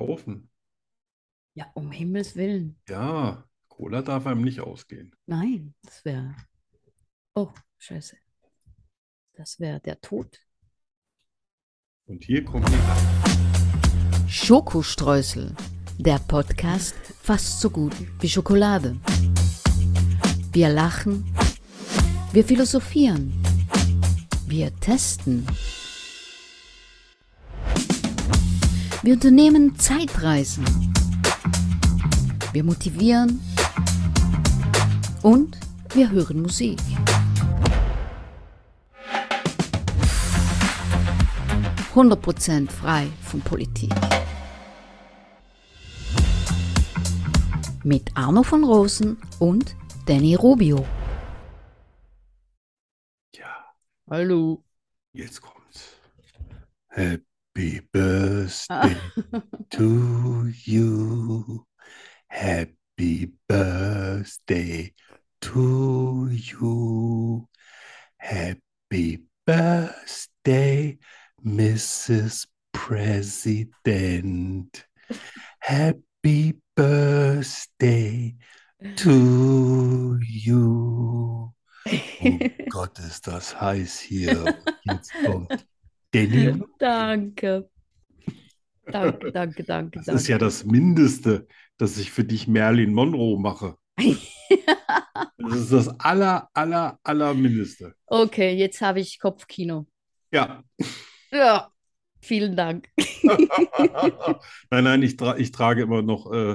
Kaufen. Ja, um Himmels Willen. Ja, Cola darf einem nicht ausgehen. Nein, das wäre. Oh, scheiße. Das wäre der Tod. Und hier kommt die. Schokostreusel, der Podcast fast so gut wie Schokolade. Wir lachen, wir philosophieren, wir testen. Wir unternehmen Zeitreisen. Wir motivieren und wir hören Musik. Prozent frei von Politik. Mit Arno von Rosen und Danny Rubio. Ja, Hallo. jetzt kommt's. Happy Birthday to you. Happy Birthday to you. Happy Birthday, Mrs. President. Happy Birthday to you. Oh Gott, ist das heiß hier. Und Jetzt kommt Danny. danke. Danke, danke, danke, Das danke. ist ja das Mindeste, dass ich für dich Merlin Monroe mache. Das ist das aller, aller, aller Mindeste. Okay, jetzt habe ich Kopfkino. Ja. Ja, vielen Dank. nein, nein, ich, tra ich trage immer noch äh,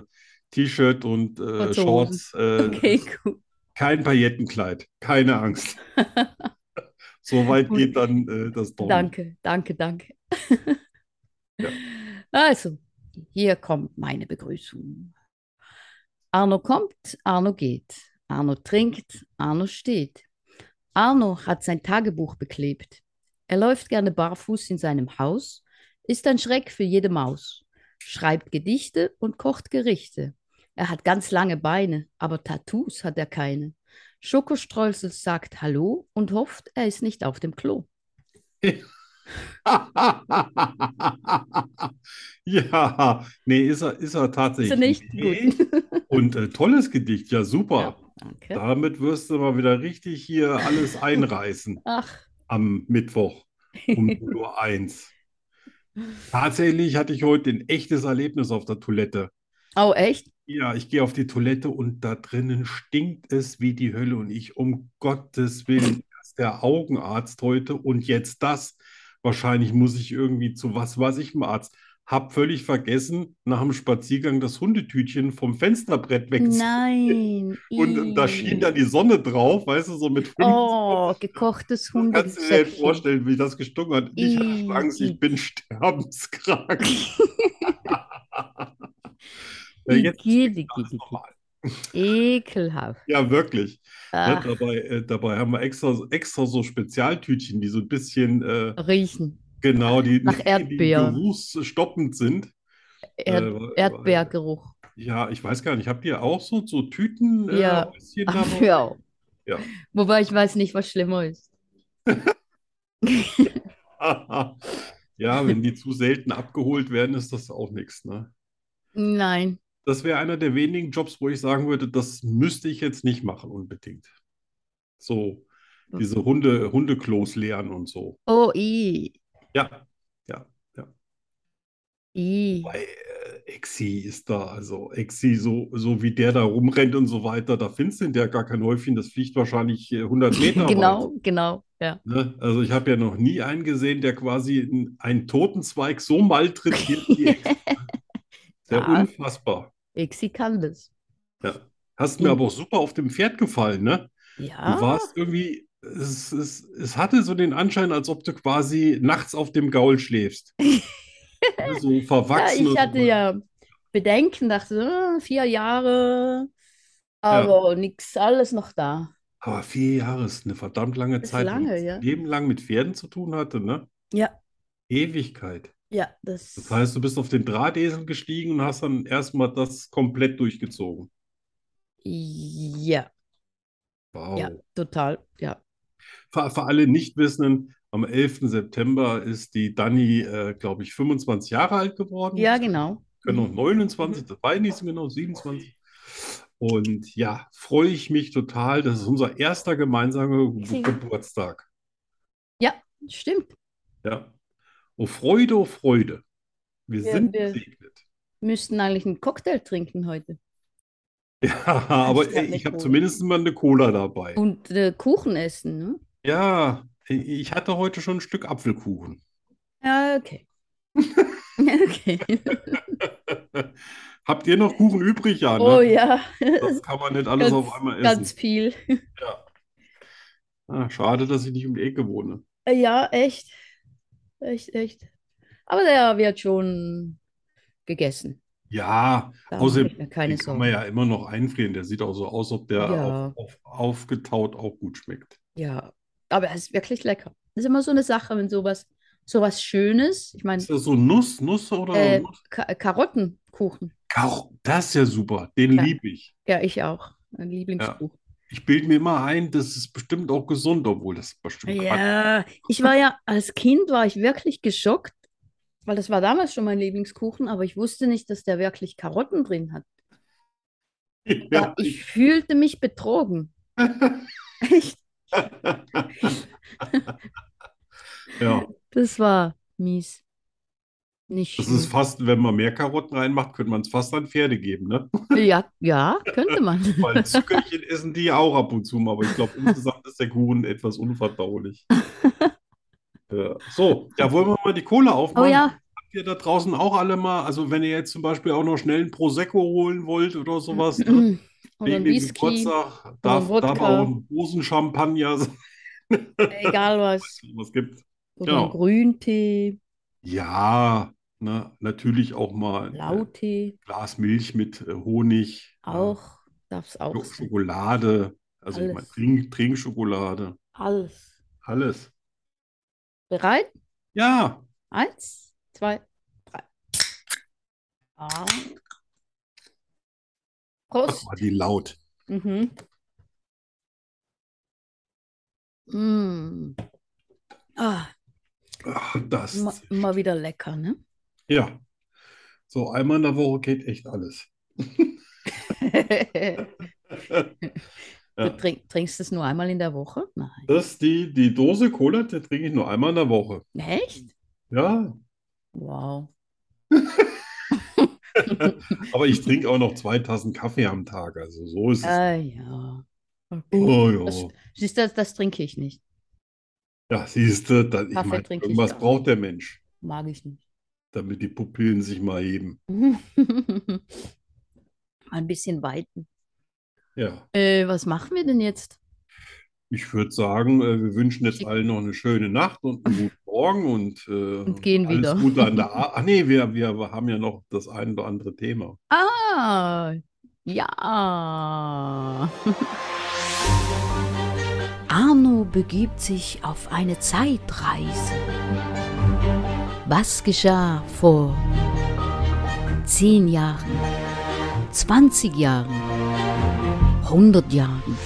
T-Shirt und äh, Kurze Shorts. Äh, Okay, gut. Kein Paillettenkleid. Keine Angst. so weit Gut. geht dann äh, das doch. nicht. Danke, danke, danke. Also, hier kommt meine Begrüßung. Arno kommt, Arno geht. Arno trinkt, Arno steht. Arno hat sein Tagebuch beklebt. Er läuft gerne barfuß in seinem Haus, ist ein Schreck für jede Maus, schreibt Gedichte und kocht Gerichte. Er hat ganz lange Beine, aber Tattoos hat er keine. Schokostreusel sagt Hallo und hofft, er ist nicht auf dem Klo. ja, nee, ist er, ist er Ist er tatsächlich. nicht? Nee. Gut. Und äh, tolles Gedicht, ja, super. Ja, danke. Damit wirst du mal wieder richtig hier alles einreißen Ach, am Mittwoch um 0 Uhr 1. Tatsächlich hatte ich heute ein echtes Erlebnis auf der Toilette. oh echt? Ja, ich gehe auf die Toilette und da drinnen stinkt es wie die Hölle und ich, um Gottes Willen, ist der Augenarzt heute und jetzt das. Wahrscheinlich muss ich irgendwie zu was weiß ich dem Arzt. Hab völlig vergessen, nach dem Spaziergang das Hundetütchen vom Fensterbrett wegzunehmen. Nein. Und äh, da ih. schien dann die Sonne drauf, weißt du, so mit Hund. Oh, gekochtes Hund. Kannst du dir nicht vorstellen, wie das gestunken hat? Ich hatte schon Ih, Angst, ich ih. bin sterbenskrank. Äh, Jetzt alles normal. Ekelhaft. Ah, Ja, wirklich. Ne, Ach, dabei, äh, dabei haben wir extra, extra so Spezialtütchen, die so ein bisschen äh, riechen. genau die, Nach die Erdbeeren. geruchsstoppend sind. Erd Äh, Erdbeergeruch. Ja, ich weiß gar nicht, habt ihr auch so, so Tüten äh, Ja. Häuschen dabei? Ja. Ja. Wobei ich weiß nicht, was schlimmer ist. Ja, wenn die zu selten abgeholt werden, ist das auch nichts, ne? Nein. Das wäre einer der wenigen Jobs, wo ich sagen würde, das müsste ich jetzt nicht machen unbedingt. So, diese Hunde, Hundeklos leeren und so. Oh, i. Ja, I. Bei äh, Exi ist da, also Exi, so, so wie der da rumrennt und so weiter, da findest du hinterher gar kein Häufchen, das fliegt wahrscheinlich äh, 100 Meter weit. Genau, genau. Ja. Ne? Also ich habe ja noch nie einen gesehen, der quasi n- einen Totenzweig so malträtiert wie Exi. Sehr Ja. unfassbar. Ixi kann das. Hast mir aber auch super auf dem Pferd gefallen, ne? Du Ja. warst irgendwie, es, es, es hatte so den Anschein, als ob du quasi nachts auf dem Gaul schläfst. Ne, So Ja, verwachsen ich und hatte so. ja Bedenken, dachte, äh, vier Jahre, aber nix, alles noch da. Aber vier Jahre ist eine verdammt lange Ist Zeit, wenn man lange, das ja. Leben lang mit Pferden zu tun hatte, ne? Ja. Ewigkeit. Ja, das. Das heißt, du bist auf den Drahtesel gestiegen und hast dann erstmal das komplett durchgezogen. Ja, Wow. ja, total. Ja. Für, für alle Nichtwissenden, am 11. September ist die Dani, äh, glaube ich, 25 Jahre alt geworden. Ja, genau. Genau, 29, das war nicht so genau, 27. Und ja, freue ich mich total. Das ist unser erster gemeinsamer Ge- Geburtstag. Stimmt. Ja. Oh Freude, oh Freude. Wir Ja, sind wir- gesegnet. Müssten eigentlich einen Cocktail trinken heute. Ja, aber Ich hab ey, eine ich habe Cola. zumindest mal eine Cola dabei. Und äh, Kuchen essen, ne? Ja, ich hatte heute schon ein Stück Apfelkuchen. Ja, okay. okay. Habt ihr noch Kuchen übrig? Ja, Oh ne? ja, Das kann man nicht alles Ganz- auf einmal ganz essen. viel. Ah, schade, dass ich nicht um die Ecke wohne. Äh, Ja, echt. Echt, echt. Aber der wird schon gegessen. Ja, Da Außerdem, mache ich mir keine den kann man Sorgen. ja immer noch einfrieren. Der sieht auch so aus, ob der Ja. auf, auf, aufgetaut auch gut schmeckt. Ja, aber es ist wirklich lecker. Das ist immer so eine Sache, wenn sowas, sowas Schönes, ich meine, Ist das so Nuss, Nuss oder Ähm, äh, Nuss? Ka Karottenkuchen. Auch, das ist ja super. Den Ja. liebe ich. Ja, ich auch. Ein Lieblingskuchen. Ich bilde mir immer ein, das ist bestimmt auch gesund, obwohl das bestimmt Quatsch ist. Ja, ich war ja, als Kind war ich wirklich geschockt, weil das war damals schon mein Lieblingskuchen, aber ich wusste nicht, dass der wirklich Karotten drin hat. Ja, Ja, ich fühlte mich betrogen. Echt, ja, das war mies. Nicht das schön. ist fast, wenn man mehr Karotten reinmacht, könnte man es fast an Pferde geben, ne? Ja, ja, könnte man. Weil Zuckerchen essen die auch ab und zu mal, aber ich glaube, insgesamt ist der Kuchen etwas unverdaulich. Ja. So, ja, wollen wir mal die Kohle Oh aufmachen? ja, Habt ihr da draußen auch alle mal, also wenn ihr jetzt zum Beispiel auch noch schnell einen Prosecco holen wollt oder sowas, ne? oder ein Wegen dem Whisky, Geburtstag darf, Wodka. darf auch ein Dosenchampagner sein, egal was. was gibt. Oder Genau. ein Grüntee, Ja, ne, natürlich auch mal ein äh, Blautee, Glas Milch mit äh, Honig, ne, auch, darf es auch Sch- sein. Schokolade, also ich Alles. meine Trink, Trinkschokolade, Alles. alles. Bereit? Ja, Eins, zwei, drei. Ah. was Prost. war die laut? Mhm. Mm. Ah, Ach, das. ma- mal wieder lecker, ne? Ja. So, einmal in der Woche geht echt alles. Du trink, trinkst es nur einmal in der Woche? Nein. Das, die, die Dose Cola, die trinke ich nur einmal in der Woche. Echt? Ja, Wow. aber ich trinke auch noch zwei Tassen Kaffee am Tag. Also so ist es. Ah ja. Oh, ja. Das, siehst du, das, das trinke ich nicht. Ja, siehst du, dann, ich Kaffee meine, trinke ich irgendwas gar nicht. braucht der Mensch, Mag ich nicht. damit die Pupillen sich mal heben. Ein bisschen weiten. Ja, Äh, was machen wir denn jetzt? ich würde sagen, äh, wir wünschen jetzt Schick. allen noch eine schöne Nacht und einen guten Morgen und, äh, Und gehen alles wieder. Gute an der Ar- Ach nee, wir, wir haben ja noch das ein oder andere Thema. Ah, ja. Arno begibt sich auf eine Zeitreise. Was geschah vor 10 Jahren, 20 Jahren, 100 Jahren,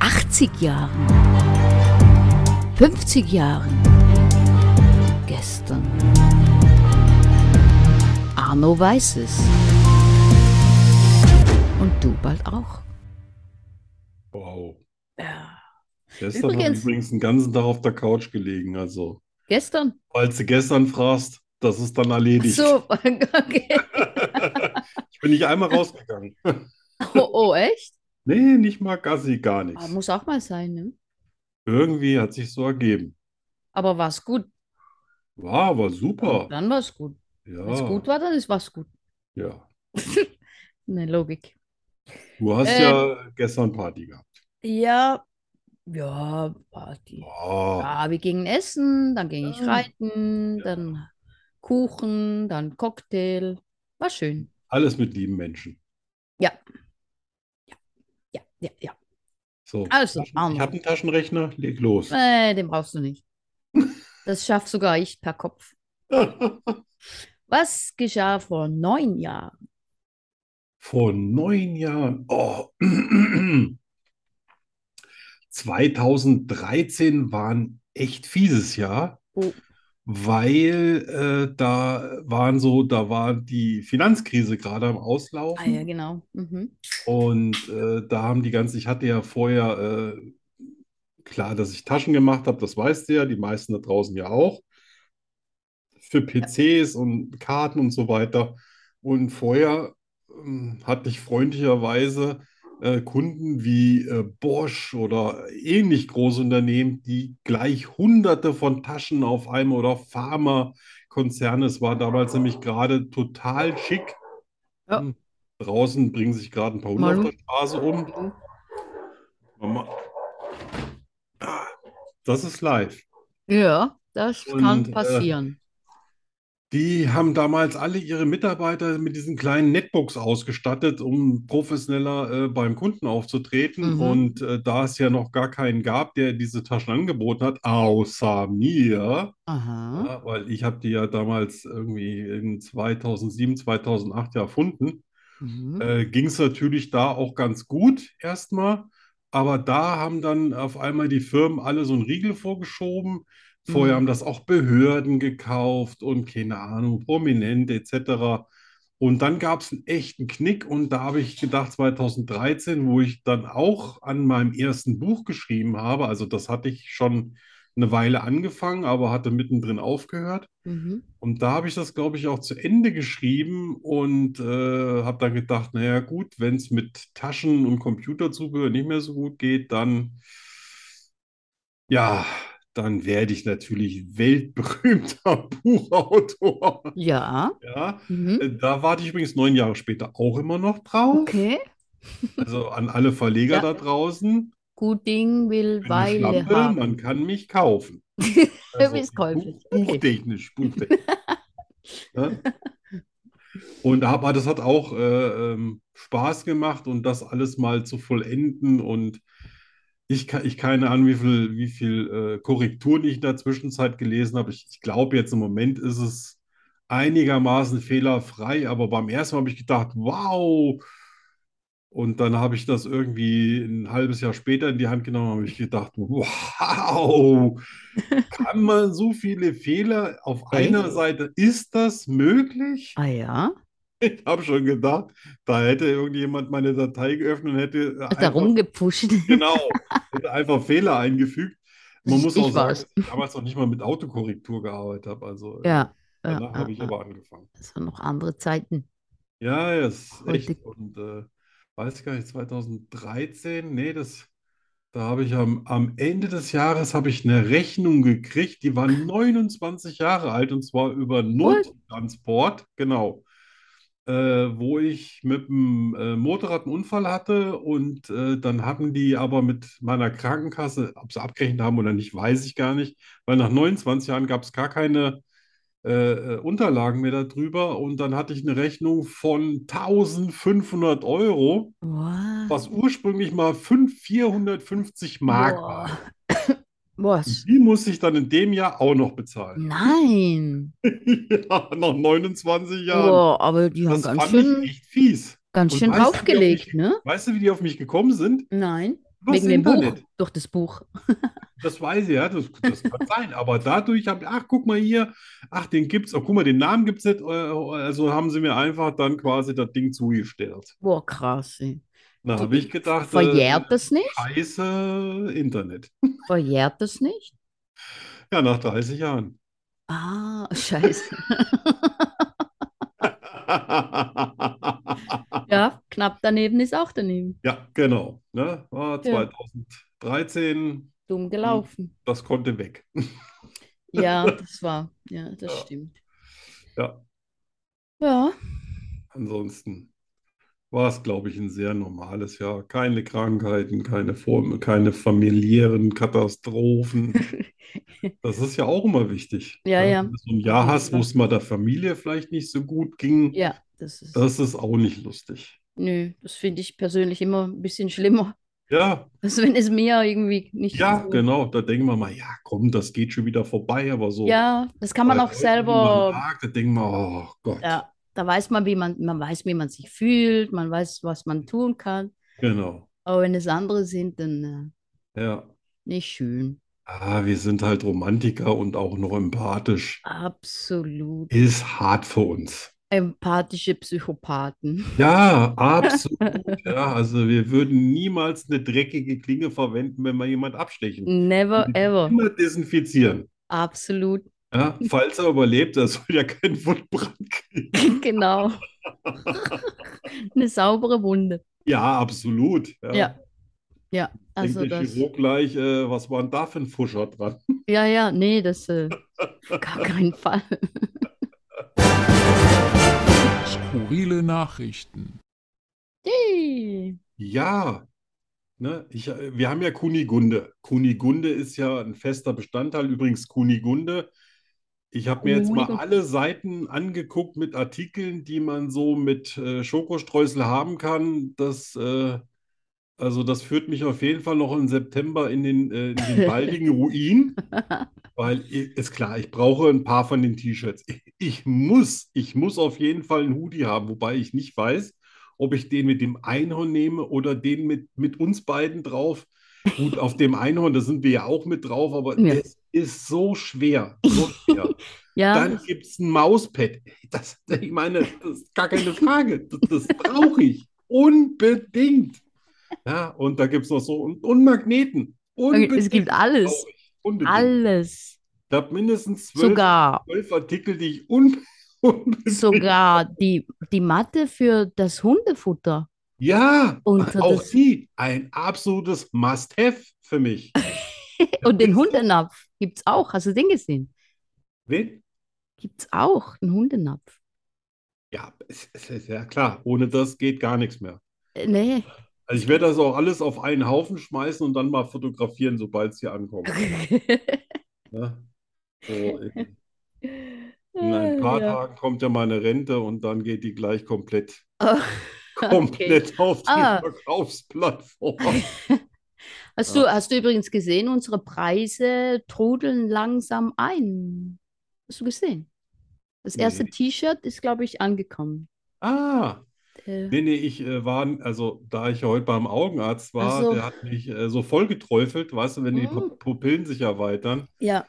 80 Jahren, 50 Jahren, gestern? Arno weiß es. Und du bald auch. Wow. Ja. Gestern habe ich Übrigens- übrigens den ganzen Tag auf der Couch gelegen. Also, Gestern? falls du gestern fragst, das ist dann Ach erledigt. so, okay. Ich bin nicht einmal rausgegangen. Oh, oh, echt? Nee, nicht mal Gassi, gar Ah, nichts. muss auch mal sein, ne? Irgendwie hat sich so ergeben. Aber war's gut? War, war super. Dann war's gut. Wenn es Ja, gut war, dann ist was gut. ja. Ne, Logik. Du hast Ähm. ja gestern Party gehabt. Ja, ja, Party. Oh, Ja, wir gingen essen, dann ging ich Ja. reiten, Ja. dann Kuchen, dann Cocktail. War schön. alles mit lieben Menschen. Ja, ja, ja. So, Also, Taschen- Arno. ich habe einen Taschenrechner, leg los. Äh, den brauchst du nicht. Das schafft sogar ich per Kopf. Äh. Was geschah vor neun Jahren? Vor neun Jahren, oh, 2013 war ein echt fieses Jahr. Oh. weil äh, da waren so, da war die Finanzkrise gerade am Ah Auslaufen ja, genau. Mhm. und äh, da haben die ganzen, ich hatte ja vorher äh, klar, dass ich Taschen gemacht habe, das weißt du ja, die meisten da draußen ja auch, für PCs und Karten und so weiter. Und vorher ähm, hatte ich freundlicherweise äh, Kunden wie äh, Bosch oder ähnlich große Unternehmen, die gleich hunderte von Taschen auf einmal oder Pharmakonzerne. Es war damals nämlich gerade total schick. Ja. Ähm, Draußen bringen sich gerade ein paar Hunde Malu. auf der Straße um. Mama. Ah, Das ist live. Ja, das Und, kann äh, passieren. Die haben damals alle ihre Mitarbeiter mit diesen kleinen Netbooks ausgestattet, um professioneller äh, beim Kunden aufzutreten. Mhm. Und äh, da es ja noch gar keinen gab, der diese Taschen angeboten hat, außer mir, Aha. ja, weil ich habe die ja damals irgendwie in 2007, 2008 ja erfunden, Mhm. äh, ging es natürlich da auch ganz gut erstmal. Aber da haben dann auf einmal die Firmen alle so einen Riegel vorgeschoben. Vorher Mhm. haben das auch Behörden gekauft und keine Ahnung, Prominente etc. Und dann gab es einen echten Knick und da habe ich gedacht, 2013, wo ich dann auch an meinem ersten Buch geschrieben habe, also das hatte ich schon eine Weile angefangen, aber hatte mittendrin aufgehört. Mhm. Und da habe ich das, glaube ich, auch zu Ende geschrieben und äh, habe dann gedacht, naja gut, wenn es mit Taschen und Computerzubehör nicht mehr so gut geht, dann, ja, dann werde ich natürlich weltberühmter Buchautor. Ja. Ja, Mhm. äh, da warte ich übrigens neun Jahre später auch immer noch drauf. Okay. Also an alle Verleger Ja. da draußen, Gut Ding will ich bin eine Weile Schlampe, haben. man kann mich kaufen. Also Du bist käuflich. Buch- Okay. Buchtechnisch, buchtechnisch. ja? Und aber das hat auch äh, ähm, Spaß gemacht und das alles mal zu vollenden und ich, ke- ich keine Ahnung, wie viel, wie viel äh, Korrekturen ich in der Zwischenzeit gelesen habe. Ich, ich glaube, jetzt im Moment ist es einigermaßen fehlerfrei, aber beim ersten Mal habe ich gedacht, wow. Und dann habe ich das irgendwie ein halbes Jahr später in die Hand genommen, habe ich gedacht, wow, kann man so viele Fehler auf Echt? einer Seite? Ist das möglich? Ah ja. Ich habe schon gedacht, da hätte irgendjemand meine Datei geöffnet und hätte Ist da einfach, rumgepfuscht. genau, hätte einfach Fehler eingefügt. Man muss Ich auch sagen, war's. dass ich damals noch nicht mal mit Autokorrektur gearbeitet habe. Also äh, Ja. Ja, danach habe ich ja, ja. aber angefangen. Das waren noch andere Zeiten. Ja, ja, ist Heute- echt. Und äh, weiß gar nicht, 2013, nee, das, da habe ich am, am Ende des Jahres habe ich eine Rechnung gekriegt, die war 29 Jahre alt und zwar über Nottransport, genau. Äh, wo ich mit dem äh, Motorrad einen Unfall hatte und äh, dann haben die aber mit meiner Krankenkasse, ob sie abgerechnet haben oder nicht, weiß ich gar nicht, weil nach 29 Jahren gab es gar keine äh, äh, Unterlagen mehr darüber und dann hatte ich eine Rechnung von 1500 Euro, Wow. was ursprünglich mal 5, 450 Mark Boah. war. Was? Die musste ich dann in dem Jahr auch noch bezahlen. Nein. Ja, nach 29 Jahren. Boah, aber die haben Das ganz fand ich schön, echt fies. ganz Und schön weißt du, wie die auf draufgelegt, mich- ne? Weißt du, wie die auf mich gekommen sind? Nein. Übers Wegen dem Buch. Internet. Durch das Buch. Das weiß ich, ja, das, das kann sein. Aber dadurch habe ich, ach, guck mal hier, ach, den gibt's, oh, guck mal, den Namen gibt's nicht. äh, Also haben sie mir einfach dann quasi das Ding zugestellt. Boah, krass. ey. Da habe ich gedacht, äh, Verjährt das nicht? scheiße Internet. Verjährt das nicht? Ja, nach 30 Jahren. Ah, scheiße. Ja, knapp daneben ist auch daneben. Ja, genau. Ne? War Ja. 2013, Dumm gelaufen. das konnte weg. Ja, das war. Ja, das Ja. stimmt. Ja, Ja. ansonsten war es, glaube ich, ein sehr normales Jahr. Keine Krankheiten, keine Form, keine familiären Katastrophen. Das ist ja auch immer wichtig. Ja, ne? ja. Wenn du so ein Auf Jahr jeden hast, Fall. wo es mal der Familie vielleicht nicht so gut ging, Ja, das ist. das ist auch nicht lustig. Nö, das finde ich persönlich immer ein bisschen schlimmer, Ja, als wenn es mir irgendwie nicht ja, so. genau. Da denken wir mal, ja, komm, das geht schon wieder vorbei, aber so. Ja, das kann man bei auch Leuten, die Man selber. mag, da denken wir, oh Gott. Ja, da weiß man, wie man, man weiß, wie man sich fühlt, man weiß, was man tun kann. Genau. Aber wenn es andere sind, dann äh, Ja. nicht schön. Ah, wir sind halt Romantiker und auch noch empathisch. Absolut. Ist hart für uns. Empathische Psychopathen. Ja, absolut. Ja, also wir würden niemals eine dreckige Klinge verwenden, wenn wir jemand abstechen. Never Mhm. ever. Immer desinfizieren. Absolut. Ja, falls er überlebt, er soll ja keinen Wundbrand kriegen. Genau. Eine saubere Wunde. Ja, absolut. Ja. Ja, Ja, Denkt also der das. Chirurg gleich, äh, was war denn da für ein Fuscher dran? Ja, ja, nee, das äh, auf gar keinen Fall. Skurrile Nachrichten. Yay. Ja, ne, ich, äh, wir haben ja Kunigunde. Kunigunde ist ja ein fester Bestandteil. Übrigens, Kunigunde, ich habe mir jetzt mal Kunigunde. alle Seiten angeguckt mit Artikeln, die man so mit äh, Schokostreusel haben kann. Das, äh, also das führt mich auf jeden Fall noch im September in den, äh, in den baldigen Ruin, weil i- ist klar, ich brauche ein paar von den T-Shirts. Ich muss, ich muss auf jeden Fall einen Hoodie haben, wobei ich nicht weiß, ob ich den mit dem Einhorn nehme oder den mit, mit uns beiden drauf. Gut, auf dem Einhorn, da sind wir ja auch mit drauf, aber Ja. das ist so schwer. So schwer. Ja, Dann gibt es ein Mauspad. Das, ich meine, das ist gar keine Frage. Das, das brauche ich. Unbedingt. Ja, und da gibt es noch so und, und Magneten. okay, Unbedingt. es gibt alles. brauche ich. Unbedingt. Alles. Ich habe mindestens zwölf, Sogar, zwölf Artikel, die ich un unbedingt. sogar die, die Matte für das Hundefutter. Ja, Und auch das- die. Ein absolutes Must-Have für mich. Und den Hundenapf gibt's auch. Hast du den gesehen? Wen? Gibt's auch einen Hundenapf. Ja, es, es ist ja klar. Ohne das geht gar nichts mehr. Äh, Nee. Also ich werde das auch alles auf einen Haufen schmeißen und dann mal fotografieren, sobald es hier ankommt. Ne? So, in, in ein paar Ja. Tagen kommt ja meine Rente und dann geht die gleich komplett, Oh, Okay. komplett auf die Ah. Verkaufsplattform. Hast Ja. du, hast du übrigens gesehen, unsere Preise trudeln langsam ein. Hast du gesehen? Das erste Nee. T-Shirt ist, glaube ich, angekommen. Ah, Äh, nee, nee, ich äh, war, also da ich ja heute beim Augenarzt war, Ach so. der hat mich äh, so voll geträufelt, weißt du, wenn die Mhm. Pupillen sich erweitern. ja,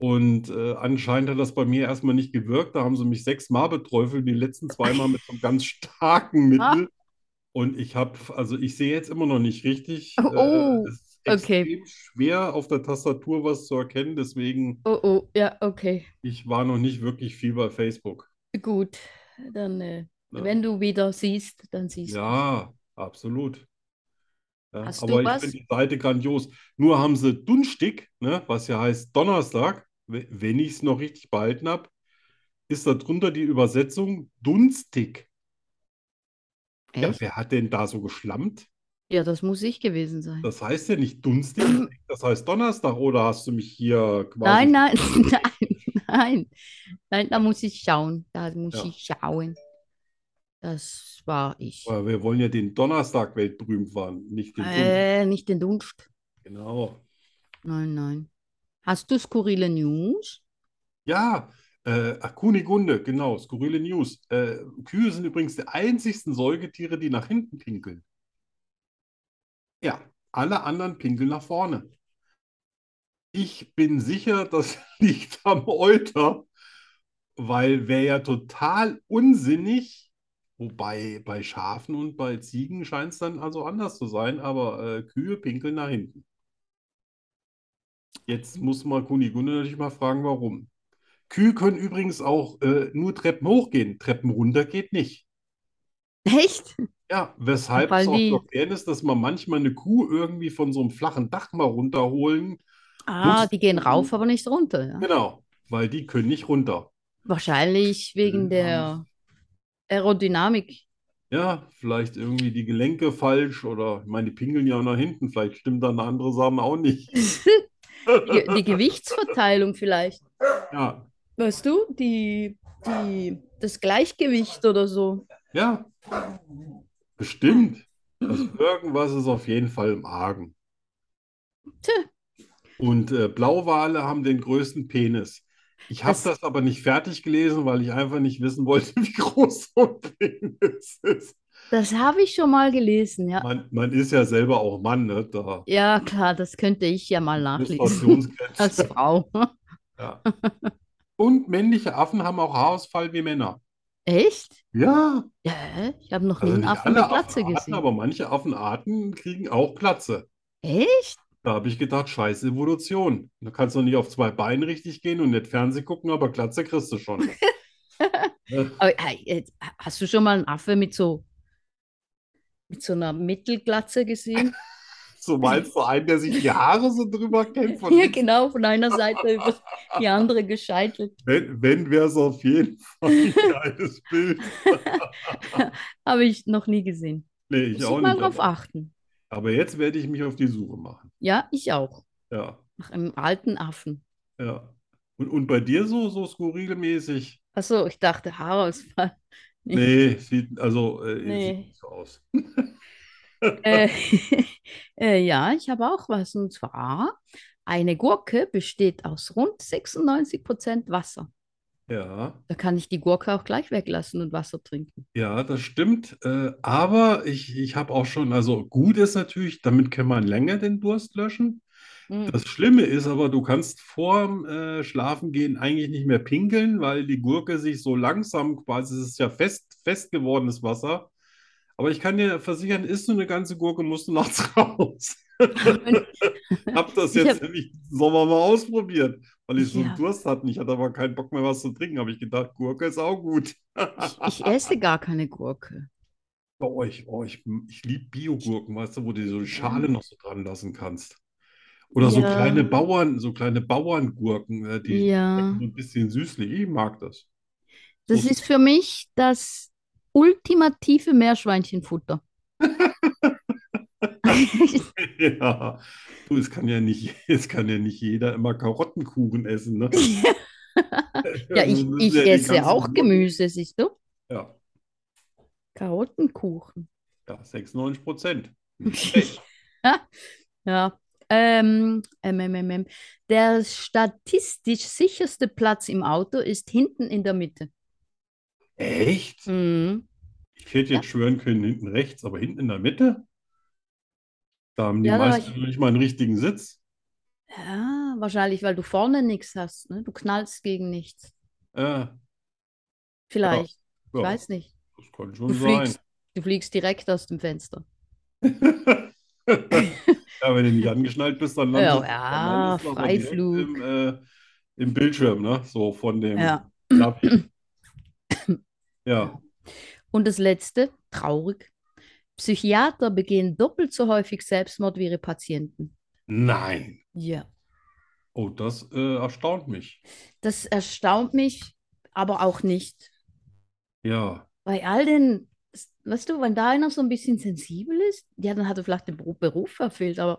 Und äh, anscheinend hat das bei mir erstmal nicht gewirkt. Da haben sie mich sechsmal beträufelt, die letzten zweimal mit so einem ganz starken Ah. Mittel. Und ich habe, also ich sehe jetzt immer noch nicht richtig. äh, Oh, oh, es ist okay. extrem schwer auf der Tastatur was zu erkennen. Deswegen, oh, oh, ja, okay. ich war noch nicht wirklich viel bei Facebook. Gut. Dann, äh, Ne? wenn du wieder siehst, dann siehst du. Ja, absolut. Ja, Hast aber du ich was? finde die Seite grandios. Nur haben sie Dunstig, ne, was ja heißt Donnerstag, we- wenn ich es noch richtig behalten habe, ist da drunter die Übersetzung Dunstig. Ja, Echt? wer hat denn da so geschlammt? Ja, das muss ich gewesen sein. Das heißt ja nicht Dunstig, das heißt Donnerstag, oder hast du mich hier quasi. Nein, nein, nein, nein. Nein, da muss ich schauen. Da muss Ja. ich schauen. Das war ich. Weil Wir wollen ja den Donnerstag weltberühmt waren, nicht den Dunstig. Äh, nicht den Dunst. Genau. Nein, nein. Hast du skurrile News? Ja, äh, ach, Kunigunde, genau, skurrile News. Äh, Kühe sind übrigens die einzigsten Säugetiere, die nach hinten pinkeln. Ja, alle anderen pinkeln nach vorne. Ich bin sicher, das liegt am Euter, weil wäre ja total unsinnig, wobei bei Schafen und bei Ziegen scheint es dann also anders zu sein, aber äh, Kühe pinkeln nach hinten. Jetzt muss mal Kunigunde natürlich mal fragen, warum. Kühe können übrigens auch äh, nur Treppen hochgehen. Treppen runter geht nicht. Echt? Ja, weshalb Weil es auch die- zu erklären ist, dass man manchmal eine Kuh irgendwie von so einem flachen Dach mal runterholen. Ah, Lust- die gehen rauf, aber nicht runter. Ja. Genau, weil die können nicht runter. Wahrscheinlich wegen der Aerodynamik. Ja, vielleicht irgendwie die Gelenke falsch oder ich meine, die pinkeln ja auch nach hinten. Vielleicht stimmt da eine andere Samen auch nicht. die, die Gewichtsverteilung vielleicht. Ja, Weißt du, die, die, das Gleichgewicht oder so. ja, bestimmt. Also irgendwas ist auf jeden Fall im Argen. Tja. Und äh, Blauwale haben den größten Penis. Ich habe Das- das aber nicht fertig gelesen, weil ich einfach nicht wissen wollte, wie groß so ein Penis ist. Das habe ich schon mal gelesen, ja. Man, man ist ja selber auch Mann, ne? Da Ja, klar, das könnte ich ja mal nachlesen. Also. Menstruationsgrenze. Als Frau. Ja. Und männliche Affen haben auch Haarausfall wie Männer. Echt? Ja, Ja, ich habe noch nie also einen nicht Affen alle mit Glatze Affenarten, gesehen. aber manche Affenarten kriegen auch Glatze. Echt? Da habe ich gedacht, scheiß Evolution. Da kannst du nicht auf zwei Beinen richtig gehen und nicht Fernsehen gucken, aber Glatze kriegst du schon. Ja. Aber, äh, äh, hast du schon mal einen Affe mit so, mit so einer Mittelglatze gesehen? So meinst du einen, der sich die Haare so drüber kämpft? und- Ja, genau, von einer Seite über die andere gescheitelt. Wenn, wenn wäre es auf jeden Fall ein geiles Bild. Habe ich noch nie gesehen. Nee, ich Muss ich auch mal nicht. drauf aber, achten. aber jetzt werde ich mich auf die Suche machen. Ja, ich auch. Ja, Nach einem alten Affen. ja. Und, und bei dir so, so skurrilmäßig? Achso, ich dachte Haarausfall. Nee, sieht, also, äh, Nee. sieht nicht so aus. Äh, äh, ja, ich habe auch was. Und zwar, eine Gurke besteht aus rund 96% Wasser. Ja, Da kann ich die Gurke auch gleich weglassen und Wasser trinken. ja, das stimmt. Äh, aber ich, ich habe auch schon, also gut ist natürlich, damit kann man länger den Durst löschen. Hm. Das Schlimme ist aber, du kannst vorm äh, Schlafengehen eigentlich nicht mehr pinkeln, weil die Gurke sich so langsam quasi, es ist ja fest, fest gewordenes Wasser. Aber ich kann dir versichern, isst du eine ganze Gurke, musst du nachts raus. Ich habe das Ich jetzt hab- nämlich im Sommer mal ausprobiert, weil ich so einen Ja. Durst hatte. Ich hatte aber keinen Bock mehr, was zu trinken. Habe ich gedacht, Gurke ist auch gut. Ich, ich esse gar keine Gurke. Bei euch, oh, ich, ich liebe Biogurken, weißt du, wo du so die Schale noch so dran lassen kannst. Oder so Ja. kleine Bauern, so kleine Bauerngurken, äh, die Ja. schmecken so ein bisschen süßlich. Ich mag das. Das So- ist für mich das ultimative Meerschweinchenfutter. Ja. Du, es kann ja nicht, es kann ja nicht jeder immer Karottenkuchen essen, ne? Ja, ich, Irgendwo müssen ich ja die esse ganzen auch Gurken- Gemüse, siehst du? Ja, Karottenkuchen. ja, 96 Prozent. Echt? Ja. Ähm, ähm, ähm, ähm, ähm. Der statistisch sicherste Platz im Auto ist hinten in der Mitte. Echt? Mhm. Ich hätte jetzt schwören können, hinten rechts, aber hinten in der Mitte? Da haben die Ja, da war meisten ich- noch nicht mal einen richtigen Sitz. Ja, wahrscheinlich, weil du vorne nichts hast. Ne? Du knallst gegen nichts. Äh, Vielleicht. ja. Ich weiß nicht. Das kann Du schon sein. fliegst, du fliegst direkt aus dem Fenster. Ja, wenn du nicht angeschnallt bist, dann landest, Ja, ja, dann landest du aber direkt Freiflug. im, äh, im Bildschirm, ne? So von dem Ja. Navi. Ja, Und das letzte, traurig. Psychiater begehen doppelt so häufig Selbstmord wie ihre Patienten. nein. Ja. Oh, das äh, erstaunt mich. Das erstaunt mich, aber auch nicht. Ja, Bei all den, weißt du, wenn da einer so ein bisschen sensibel ist, ja, dann hat er vielleicht den Beru- Beruf verfehlt, aber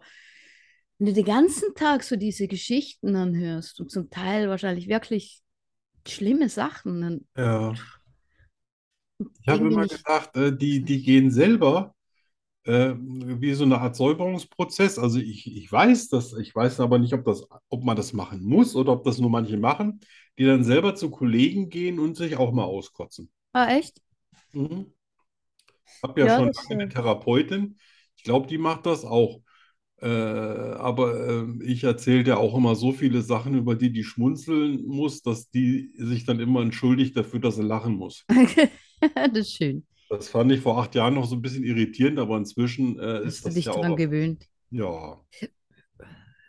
wenn du den ganzen Tag so diese Geschichten anhörst und zum Teil wahrscheinlich wirklich schlimme Sachen, dann ja. Ich habe irgendwie immer nicht. gedacht, äh, die, die gehen selber äh, wie so eine Art Säuberungsprozess. Also ich, ich weiß das, ich weiß aber nicht, ob das, ob man das machen muss oder ob das nur manche machen, die dann selber zu Kollegen gehen und sich auch mal auskotzen. Ah, echt? Mhm. Hab ja Ja, schon das, lange äh, eine Therapeutin. Ich glaube, die macht das auch. Äh, aber ähm, ich erzähle der auch immer so viele Sachen, über die die schmunzeln muss, dass die sich dann immer entschuldigt dafür, dass sie lachen muss. Das ist schön. Das fand ich vor acht Jahren noch so ein bisschen irritierend, aber inzwischen äh, ist Hast du das dich ja dran auch, gewöhnt? ja,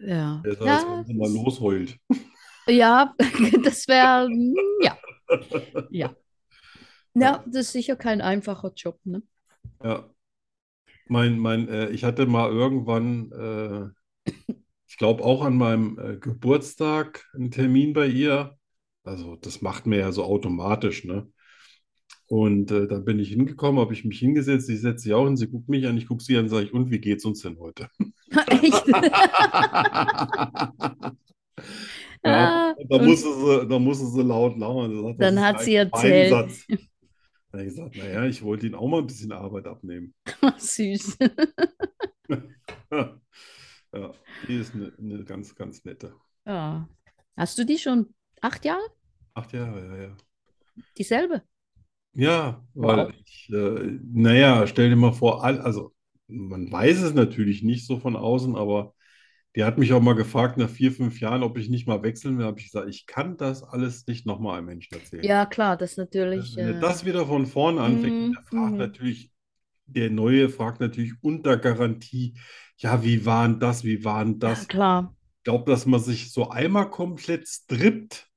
Ja. besser als Ja, wenn man mal losheult. Ja, das wäre, ja. Ja. Ja, das ist sicher kein einfacher Job, ne? Ja. Mein, mein, äh, ich hatte mal irgendwann, äh, ich glaube auch an meinem äh, Geburtstag einen Termin bei ihr. Also das macht mir ja so automatisch, ne? Und äh, dann bin ich hingekommen, habe ich mich hingesetzt, ich setze sie auch hin, sie guckt mich an, ich gucke sie an, sage ich, und wie geht's uns denn heute? Echt? Ja, Ah, und da und- musste sie, da musste sie laut lachen. Sie sagt, das Dann ist hat ja sie eigentlich mein erzählt. Satz. Dann habe ich gesagt, naja, ich wollte ihnen auch mal ein bisschen Arbeit abnehmen. Süß. Ja, die ist eine, eine ganz, ganz nette. Ja. Hast du die schon acht Jahre? Acht Jahre, ja, ja. Dieselbe? Ja, weil Wow. ich, äh, naja, stell dir mal vor, all, also man weiß es natürlich nicht so von außen, aber die hat mich auch mal gefragt nach vier, fünf Jahren, ob ich nicht mal wechseln will. Habe ich gesagt, ich kann das alles nicht nochmal einem Menschen erzählen. Ja, klar, das ist natürlich. Wenn er äh, das wieder von vorne anfängt, Mhm, der fragt mhm. natürlich, der Neue fragt natürlich unter Garantie, ja, wie war denn das, wie war denn ja, das? klar. Ich glaube, dass man sich so einmal komplett strippt,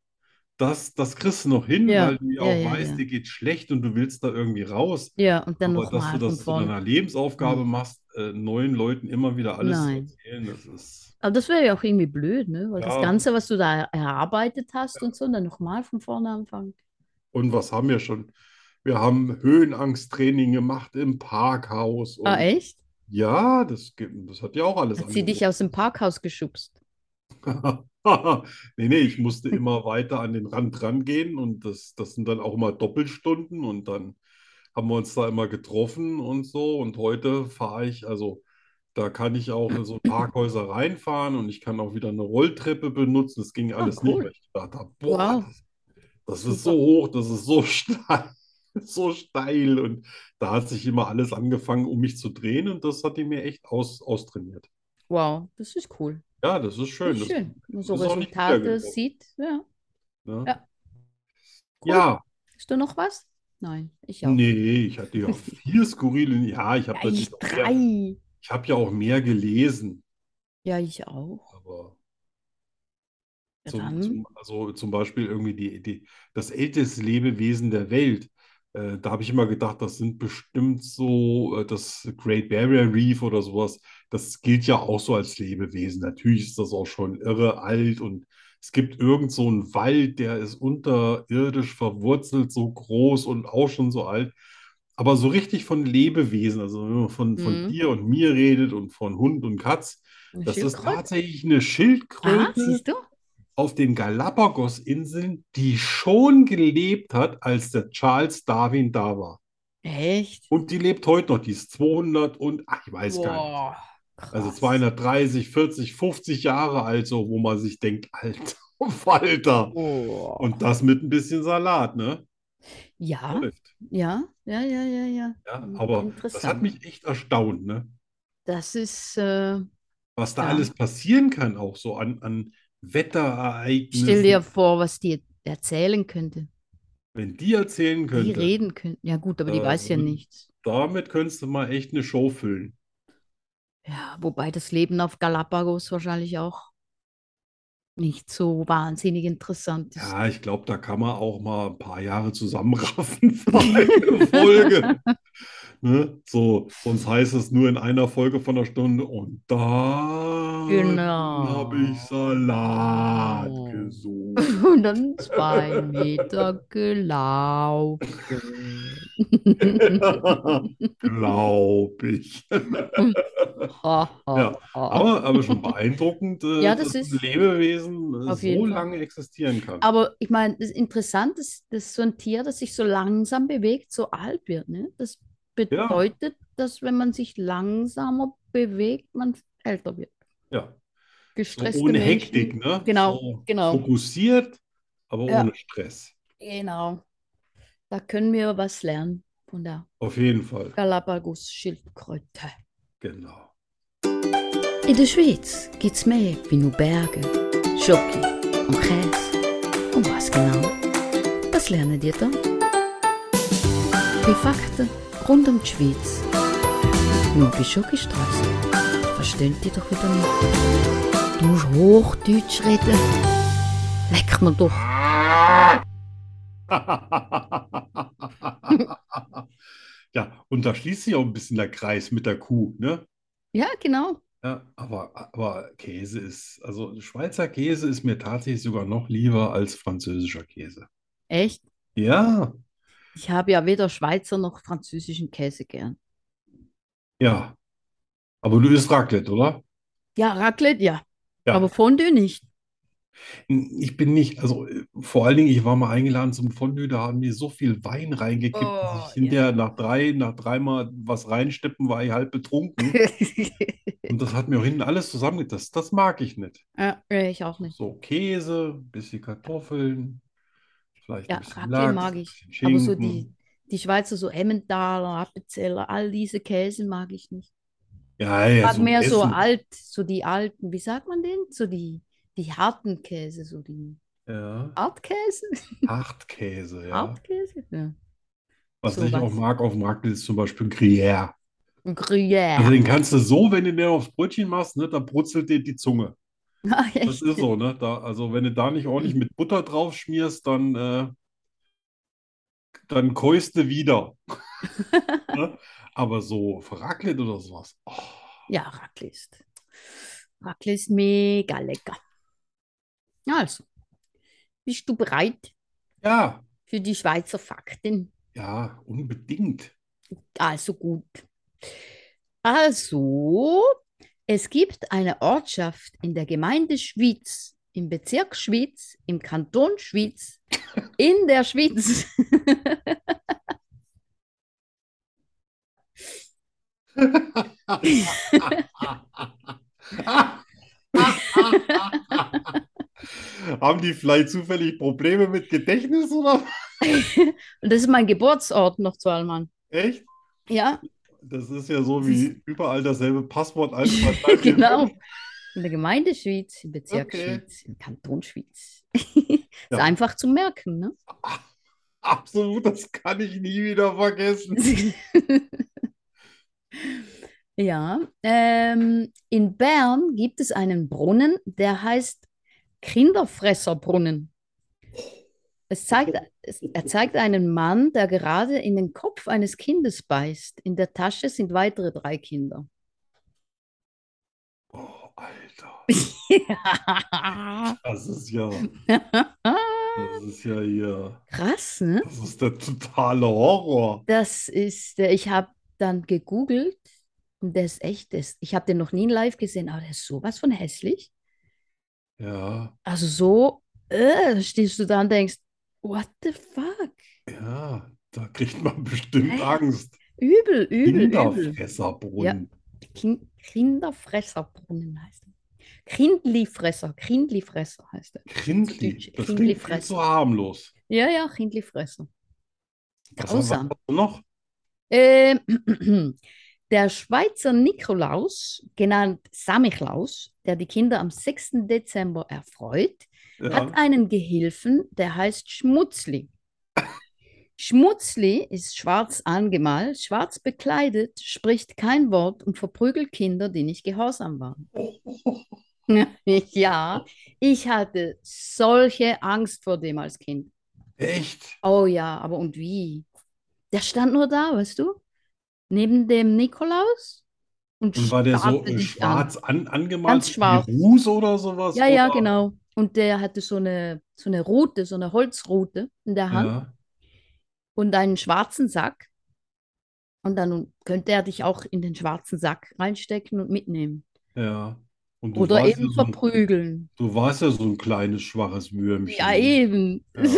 das, das kriegst du noch hin, Ja, weil du ja ja, auch ja, weißt, ja. dir geht's schlecht und du willst da irgendwie raus. Ja, und dann Aber dass du nochmal von das zu vorne. deiner Lebensaufgabe Mhm. machst, äh, neuen Leuten immer wieder alles zu Nein. erzählen, das ist, Aber das wäre ja auch irgendwie blöd, ne? Weil das ja. Ganze, was du da erarbeitet hast und so, dann nochmal von vorne anfangen. Und was haben wir schon? Wir haben Höhenangsttraining gemacht im Parkhaus Ah, und echt? ja, das, gibt- das hat ja auch alles Hat sie dich aus dem Parkhaus geschubst? angeboten. Nee, nee, ich musste immer weiter an den Rand rangehen und das, das sind dann auch immer Doppelstunden und dann haben wir uns da immer getroffen und so. Und heute fahre ich, also da kann ich auch in so Parkhäuser reinfahren und ich kann auch wieder eine Rolltreppe benutzen. Das ging alles nicht, Ah, cool. weil ich gedacht habe, boah, Wow. Das ist Super. so hoch, das ist so steil, so steil. Und da hat sich immer alles angefangen, um mich zu drehen. Und das hat die mir echt aus, austrainiert. Wow, das ist cool. Ja, das ist schön. Das, Das ist schön. Wenn man so ist auch nicht Resultate wiedergekommen, sieht, ja. ne? Ja. Cool. Ja, Hast du noch was? Nein, ich auch. nee, ich hatte ja vier skurrile. Ja, ich habe Ja, ich natürlich auch mehr, drei. ich habe ja auch mehr gelesen. Ja, ich auch. Aber Ja, zum, dann. zum, also zum Beispiel irgendwie die, die, das älteste Lebewesen der Welt. Äh, da habe ich immer gedacht, das sind bestimmt so, äh, das Great Barrier Reef oder sowas. Das gilt ja auch so als Lebewesen. Natürlich ist das auch schon irre alt und es gibt irgend so einen Wald, der ist unterirdisch verwurzelt, so groß und auch schon so alt. Aber so richtig von Lebewesen, also wenn man von, von Mhm. dir und mir redet und von Hund und Katz, Eine das ist Schildkröte? tatsächlich eine Ah, Schildkröte siehst du? auf den Galapagos-Inseln, die schon gelebt hat, als der Charles Darwin da war. Echt? Und die lebt heute noch, die ist 200 und, ach, ich Oh, weiß gar nicht. Boah, Also krass. 230, 40, 50 Jahre alt, so, wo man sich denkt, alter Falter. Boah. Und das mit ein bisschen Salat, ne? Ja, Läuft. ja, ja, ja, ja, ja. Ja, In- aber das hat Hm, Interessant. mich echt erstaunt, ne? Das ist äh, Was da Ja. alles passieren kann, auch so an, an Wetterereignissen. Stell dir vor, was die erzählen könnte. Wenn die erzählen Die könnte, reden könnten. Ja, gut, aber die Äh, weiß ja würden- nichts. damit könntest du mal echt eine Show füllen. Ja, wobei das Leben auf Galapagos wahrscheinlich auch nicht so wahnsinnig interessant ist. Ja, ich glaube, da kann man auch mal ein paar Jahre zusammenraffen für eine Folge. Ne? So, sonst heißt es nur in einer Folge von einer Stunde und dann Genau. habe ich Salat Oh. gesucht. Und dann zwei Meter gelaufen. Glaube ich. Ha, ha, Ja, ha. Aber, aber schon beeindruckend, äh, Ja, das dass ein ist- Lebewesen äh, Auf jeden so Fall. lange existieren kann. Aber ich meine, das ist interessant, dass, dass so ein Tier, das sich so langsam bewegt, so alt wird. Ne? Das bedeutet, dass wenn man sich langsamer bewegt, man älter wird. Ja, so Gestresste ohne Menschen. Hektik, ne? Genau, So genau. fokussiert, aber Ja. ohne Stress. Genau. Da können wir was lernen von der Auf jeden Fall, Galapagos-Schildkröte. genau. In der Schweiz gibt's mehr wie nur Berge, Schoki und Käse. Und was genau? Das lernen die dann. Die Fakten rund um die Schweiz. Nur bei Schokistraße verstehen die doch wieder nicht. Du musst Hochdeutsch reden. Leck mir doch. Ja, und da schließt sich auch ein bisschen der Kreis mit der Kuh, ne? Ja, genau. Ja, aber, aber Käse ist, also Schweizer Käse ist mir tatsächlich sogar noch lieber als französischer Käse. Echt? Ja, Ich habe ja weder Schweizer noch französischen Käse gern. ja. Aber du isst Raclette, oder? Ja, Raclette, ja. Ja. Hm, Aber Fondue nicht. Ich bin nicht, also äh, vor allen Dingen, ich war mal eingeladen zum Fondue, da haben die so viel Wein reingekippt, dass Oh, ich hinterher nach drei, nach dreimal was reinstippen, war ich halb betrunken. Und das hat mir auch hinten alles zusammen, das, das mag ich nicht. Ja, nee, ich auch nicht. So Käse, bisschen Kartoffeln, vielleicht Ja, ein bisschen Raclette Lachs, mag ein ich. bisschen Aber so Schinken. die, Die Schweizer, so Emmentaler, Appenzeller, all diese Käse mag ich nicht. Ja, ja, Ich mag so mehr so Essen. alt, so die alten, wie sagt man den? So die, die harten Käse, so die Ja. Hartkäse? Hartkäse, ja. Hartkäse? Ja. Was ich sowas. auch mag auf dem Markt ist zum Beispiel Gruyère. Also Gruyère. den kannst du so, wenn du den aufs Brötchen machst, ne, da brutzelt dir die Zunge. Ach, Das echt? ist so, ne? Da, also wenn du da nicht ordentlich mit Butter drauf schmierst, dann, äh, dann keust du wieder. ne? Aber so Raclette oder sowas. Oh, Ja, Raclette. ist- Raclette ist mega lecker. Also, bist du bereit ja, für die Schweizer Fakten? ja, unbedingt. Also gut. Also, es gibt eine Ortschaft in der Gemeinde Schwyz, im Bezirk Schwyz, im Kanton Schwyz, in der Schwyz. Haben die vielleicht zufällig Probleme mit Gedächtnis oder? Und das ist mein Geburtsort noch zu Allmann. Echt? Ja, Das ist ja so Das wie ist- überall dasselbe Passwort. eins, zwei, drei, vier, genau. fünf. In der Gemeinde Schwyz, im Bezirk Okay. Schwyz, im Kanton Schwyz. Ist Ja. einfach zu merken, ne? Absolut, das kann ich nie wieder vergessen. Ja, ähm, in Bern gibt es einen Brunnen, der heißt Kinderfresserbrunnen. Es zeigt, es, er zeigt einen Mann, der gerade in den Kopf eines Kindes beißt. In der Tasche sind weitere drei Kinder. Oh, Alter, Krass, das ist ja, das ist ja hier, ne? das ist der totale Horror. Das ist, äh, ich habe dann gegoogelt und der ist echt, der ist, ich habe den noch nie live gesehen, aber der ist sowas von hässlich. Ja, Also so äh, stehst du da und denkst, what the fuck? ja, da kriegt man bestimmt Echt? Angst. Übel, übel, übel. Kinderfresserbrunnen. Kin Kinderfresserbrunnen heißt er. Kindlifresser, Kindlifresser heißt er. Kindli, das Kindli- klingt viel Kindlifresser. zu harmlos. Ja, ja, Kindlifresser. Was haben wir Grausam. noch? Ähm, der Schweizer Nikolaus, genannt Samichlaus, der die Kinder am 6. Dezember erfreut, Ja. hat einen Gehilfen, der heißt Schmutzli. Schmutzli ist schwarz angemalt, schwarz bekleidet, spricht kein Wort und verprügelt Kinder, die nicht gehorsam waren. Ja, ich hatte solche Angst vor dem als Kind. Echt? Oh ja, aber und wie? Der stand nur da, weißt du? Neben dem Nikolaus und Und war der so starrte äh, dich an. schwarz an, angemalt, Ganz so wie schwarz. Ruß oder sowas? Ja, ja, oder? genau. Und der hatte so eine, so eine Rute, so eine Holzrute in der Hand Ja. und einen schwarzen Sack. Und dann könnte er dich auch in den schwarzen Sack reinstecken und mitnehmen. Ja. Und du Oder warst eben ja so ein, verprügeln. du warst ja so ein kleines, schwaches Würmchen. Ja, eh, eben. Ja.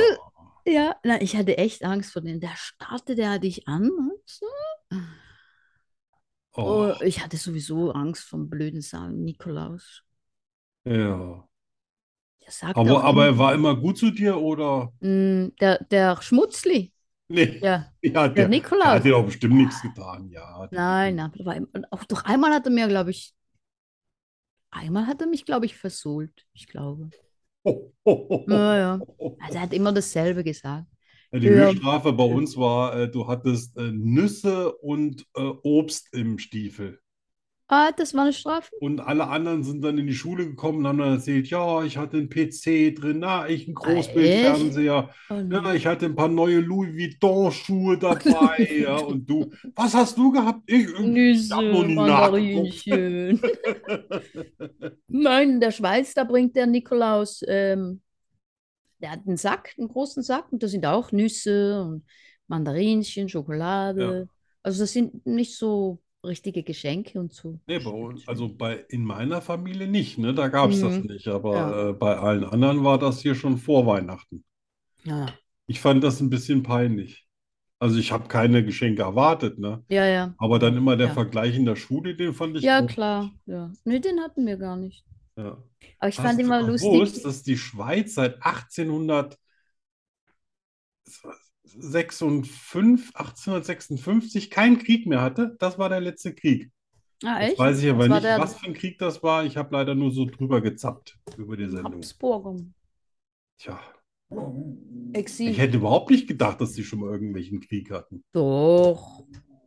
Ja, na, ich hatte echt Angst vor dem. Da starrte der dich an. So. Oh, Och, ich hatte sowieso Angst vom blöden San Nikolaus. ja. Der sagt Aber, auch aber er immer, war immer gut zu dir, oder? "Mm, der, der Schmutzli, Nee, ja, ja, der der, der Nikolaus. hat dir doch bestimmt nichts getan, ja. Nein, nein, der war im- und auch doch einmal hat er mir, glaube ich, einmal hat er mich, glaube ich, versohlt. Ich glaube. Ho, ho, ho, Ja, ja. ho. Also er hat immer dasselbe gesagt. Die Ja. Höchststrafe bei uns war, äh, du hattest äh, Nüsse und äh, Obst im Stiefel. Ah, das war eine Strafe. Und alle anderen sind dann in die Schule gekommen und haben dann erzählt, ja, ich hatte einen PC drin, na, ich einen Großbildfernseher, Oh ja, nein. ich hatte ein paar neue Louis Vuitton-Schuhe dabei, ja, und du, was hast du gehabt? Ich, ich hab noch Nüsse, nie nachgeguckt. Mandarinchen. Nein, in der Schweiz, da bringt der Nikolaus, ähm, der hat einen Sack, einen großen Sack, und da sind auch Nüsse und Mandarinchen, Schokolade. Also das sind nicht so richtige Geschenke und so. Nee, bei uns, also bei, in meiner Familie nicht, ne? Da gab's das Mhm. nicht, aber Ja. äh, bei allen anderen war das hier schon vor Weihnachten. Ja, Ich fand das ein bisschen peinlich. Also ich habe keine Geschenke erwartet, ne? ja, ja. Aber dann immer der Ja. Vergleich in der Schule, den fand ich Ja, gut. klar. Ja. Nee, den hatten wir gar nicht. Ja. Aber ich Hast fand du immer lustig. gewusst, dass die Schweiz seit 1800, 1856, 1856 keinen Krieg mehr hatte. Das war der letzte Krieg. Ah, Jetzt echt? weiß ich aber Das war nicht, der- was für ein Krieg das war. Ich habe leider nur so drüber gezappt über die Sendung. Habsburger. Tja, ich Exil. hätte überhaupt nicht gedacht, dass die schon mal irgendwelchen Krieg hatten. Doch.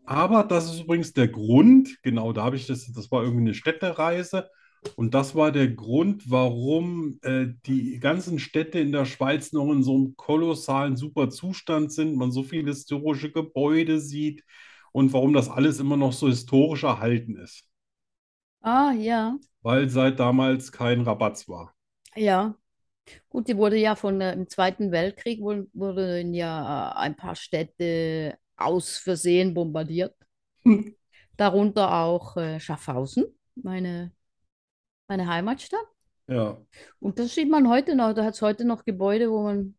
Aber das ist übrigens der Grund, genau da habe ich das, das war irgendwie eine Städtereise. Und das war der Grund, warum äh, die ganzen Städte in der Schweiz noch in so einem kolossalen super Zustand sind, man so viele historische Gebäude sieht und warum das alles immer noch so historisch erhalten ist. Ah, ja. Weil seit damals kein Rabatz war. Ja. Gut, die wurde ja von äh, im Zweiten Weltkrieg wurden, wurden ja äh, ein paar Städte aus Versehen bombardiert. Hm. Darunter auch äh, Schaffhausen, meine, meine Heimatstadt. Ja. Und das sieht man heute noch. Da hat es heute noch Gebäude, wo man,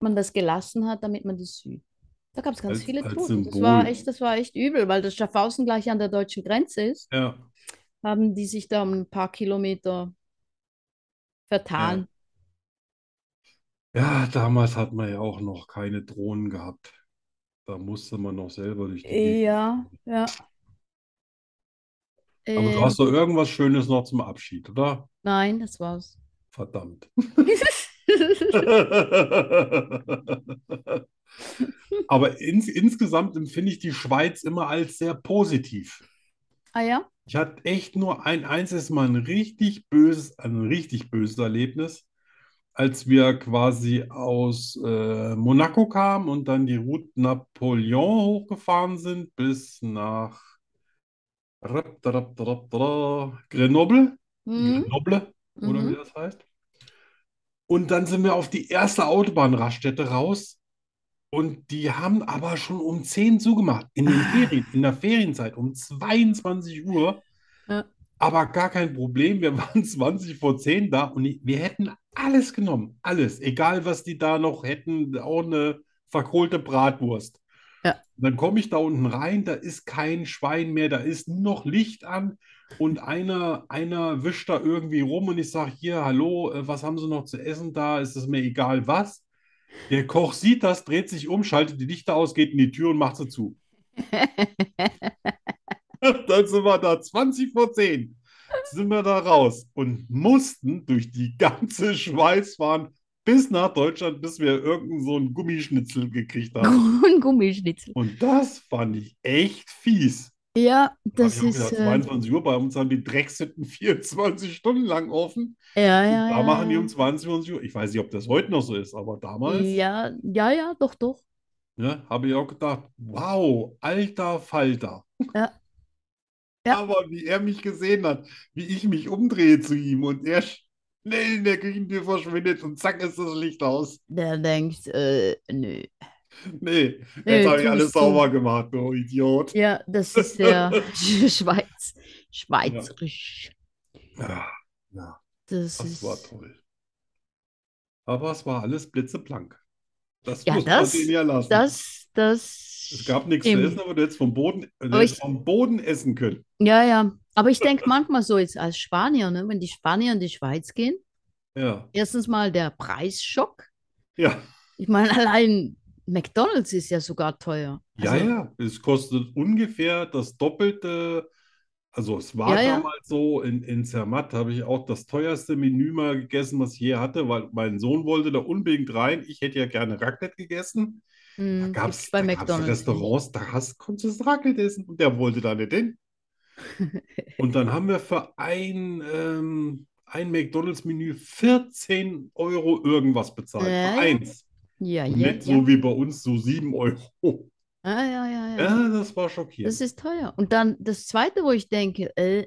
man das gelassen hat, damit man das sieht. Da gab es ganz Als- viele als Tote. Das war Symbol. echt, das war echt übel, weil das Schaffhausen gleich an der deutschen Grenze ist, Ja. haben die sich da um ein paar Kilometer vertan. Ja, damals hat man ja auch noch keine Drohnen gehabt. Da musste man noch selber durch die Gegend. Ja, ja. Aber du Ähm, hast doch irgendwas Schönes noch zum Abschied, oder? nein, das war's. Verdammt. Ja, Aber ins, insgesamt empfinde ich die Schweiz immer als sehr positiv. Ah ja? Ich hatte echt nur ein einziges Mal ein richtig böses, ein richtig böses Erlebnis, als wir quasi aus äh, Monaco kamen und dann die Route Napoleon hochgefahren sind bis nach rap, da, rap, da, rap, da, Grenoble, Mhm, Grenoble oder wie mhm. das heißt. Und dann sind wir auf die erste Autobahnraststätte raus. Und die haben aber schon um 10 zugemacht. In den Ah. Ferien, in der Ferienzeit um 22 Uhr. Ja. Aber gar kein Problem. Wir waren 20 vor 10 da und ich- wir hätten alles genommen. Alles. Egal, was die da noch hätten. Auch eine verkohlte Bratwurst. Ja. Und Dann komme ich da unten rein, da ist kein Schwein mehr, da ist nur noch Licht an und einer, einer wischt da irgendwie rum und ich sage, hier, hallo, äh, was haben Sie noch zu essen da? Ist es mir egal was? Der Koch sieht das, dreht sich um, schaltet die Lichter aus, geht in die Tür und macht sie zu. Dann sind wir da 20 vor 10, sind wir da raus und mussten durch die ganze Schweiz fahren bis nach Deutschland, bis wir irgendeinen so einen Gummischnitzel gekriegt haben. Ein Gummischnitzel. Und das fand ich echt fies. Ja, Da hab das ich auch ist. gedacht, äh, 22 Uhr, bei uns haben die Dreckshütten 24 Stunden lang offen. ja, Und ja, da ja, machen die ja. um 22 Uhr. Ich weiß nicht, ob das heute noch so ist, aber damals Ja, ja, ja, doch, doch. ne, habe ich auch gedacht, wow, alter Falter. Ja. Ja. Aber wie er mich gesehen hat, wie ich mich umdrehe zu ihm und er schnell in der Küchentür verschwindet und zack ist das Licht aus. Der denkt, äh, nö. Nee, jetzt Nee, habe ich tu alles nicht so. sauber gemacht, du Idiot. Ja, das ist ja Schweiz, schweizerisch. Ja, ja, Das das ist, war toll. Aber es war alles blitzeblank. Das Ja, muss man das- denen ja lassen. das, das Es gab nichts zu stimmt. essen, aber du hättest vom Boden, äh, du Aber hättest ich- vom Boden essen können. Ja, ja. Aber ich denke manchmal so jetzt als Spanier, ne, wenn die Spanier in die Schweiz gehen, Ja, erstens mal der Preisschock. ja, Ich meine, allein McDonald's ist ja sogar teuer. ja, Also, ja. Es kostet ungefähr das Doppelte. Also es war Ja, ja. damals so, in, in Zermatt habe ich auch das teuerste Menü mal gegessen, was ich je hatte, weil mein Sohn wollte da unbedingt rein. Ich hätte ja gerne Raclette gegessen. Da mh, gab's, Hm, gibt's bei da gab's McDonald's nicht. Restaurants, da hast, konntest du Raclette essen und der wollte da nicht hin. Und dann haben wir für ein, ähm, ein McDonald's-Menü 14 Euro irgendwas bezahlt. Ja, Für ja. eins. Ja, Und ja, nicht ja. so wie bei uns, so 7 Euro. Ja, ja, ja, ja. Ja, das war schockierend. Das ist teuer. Und dann das Zweite, wo ich denke, äh,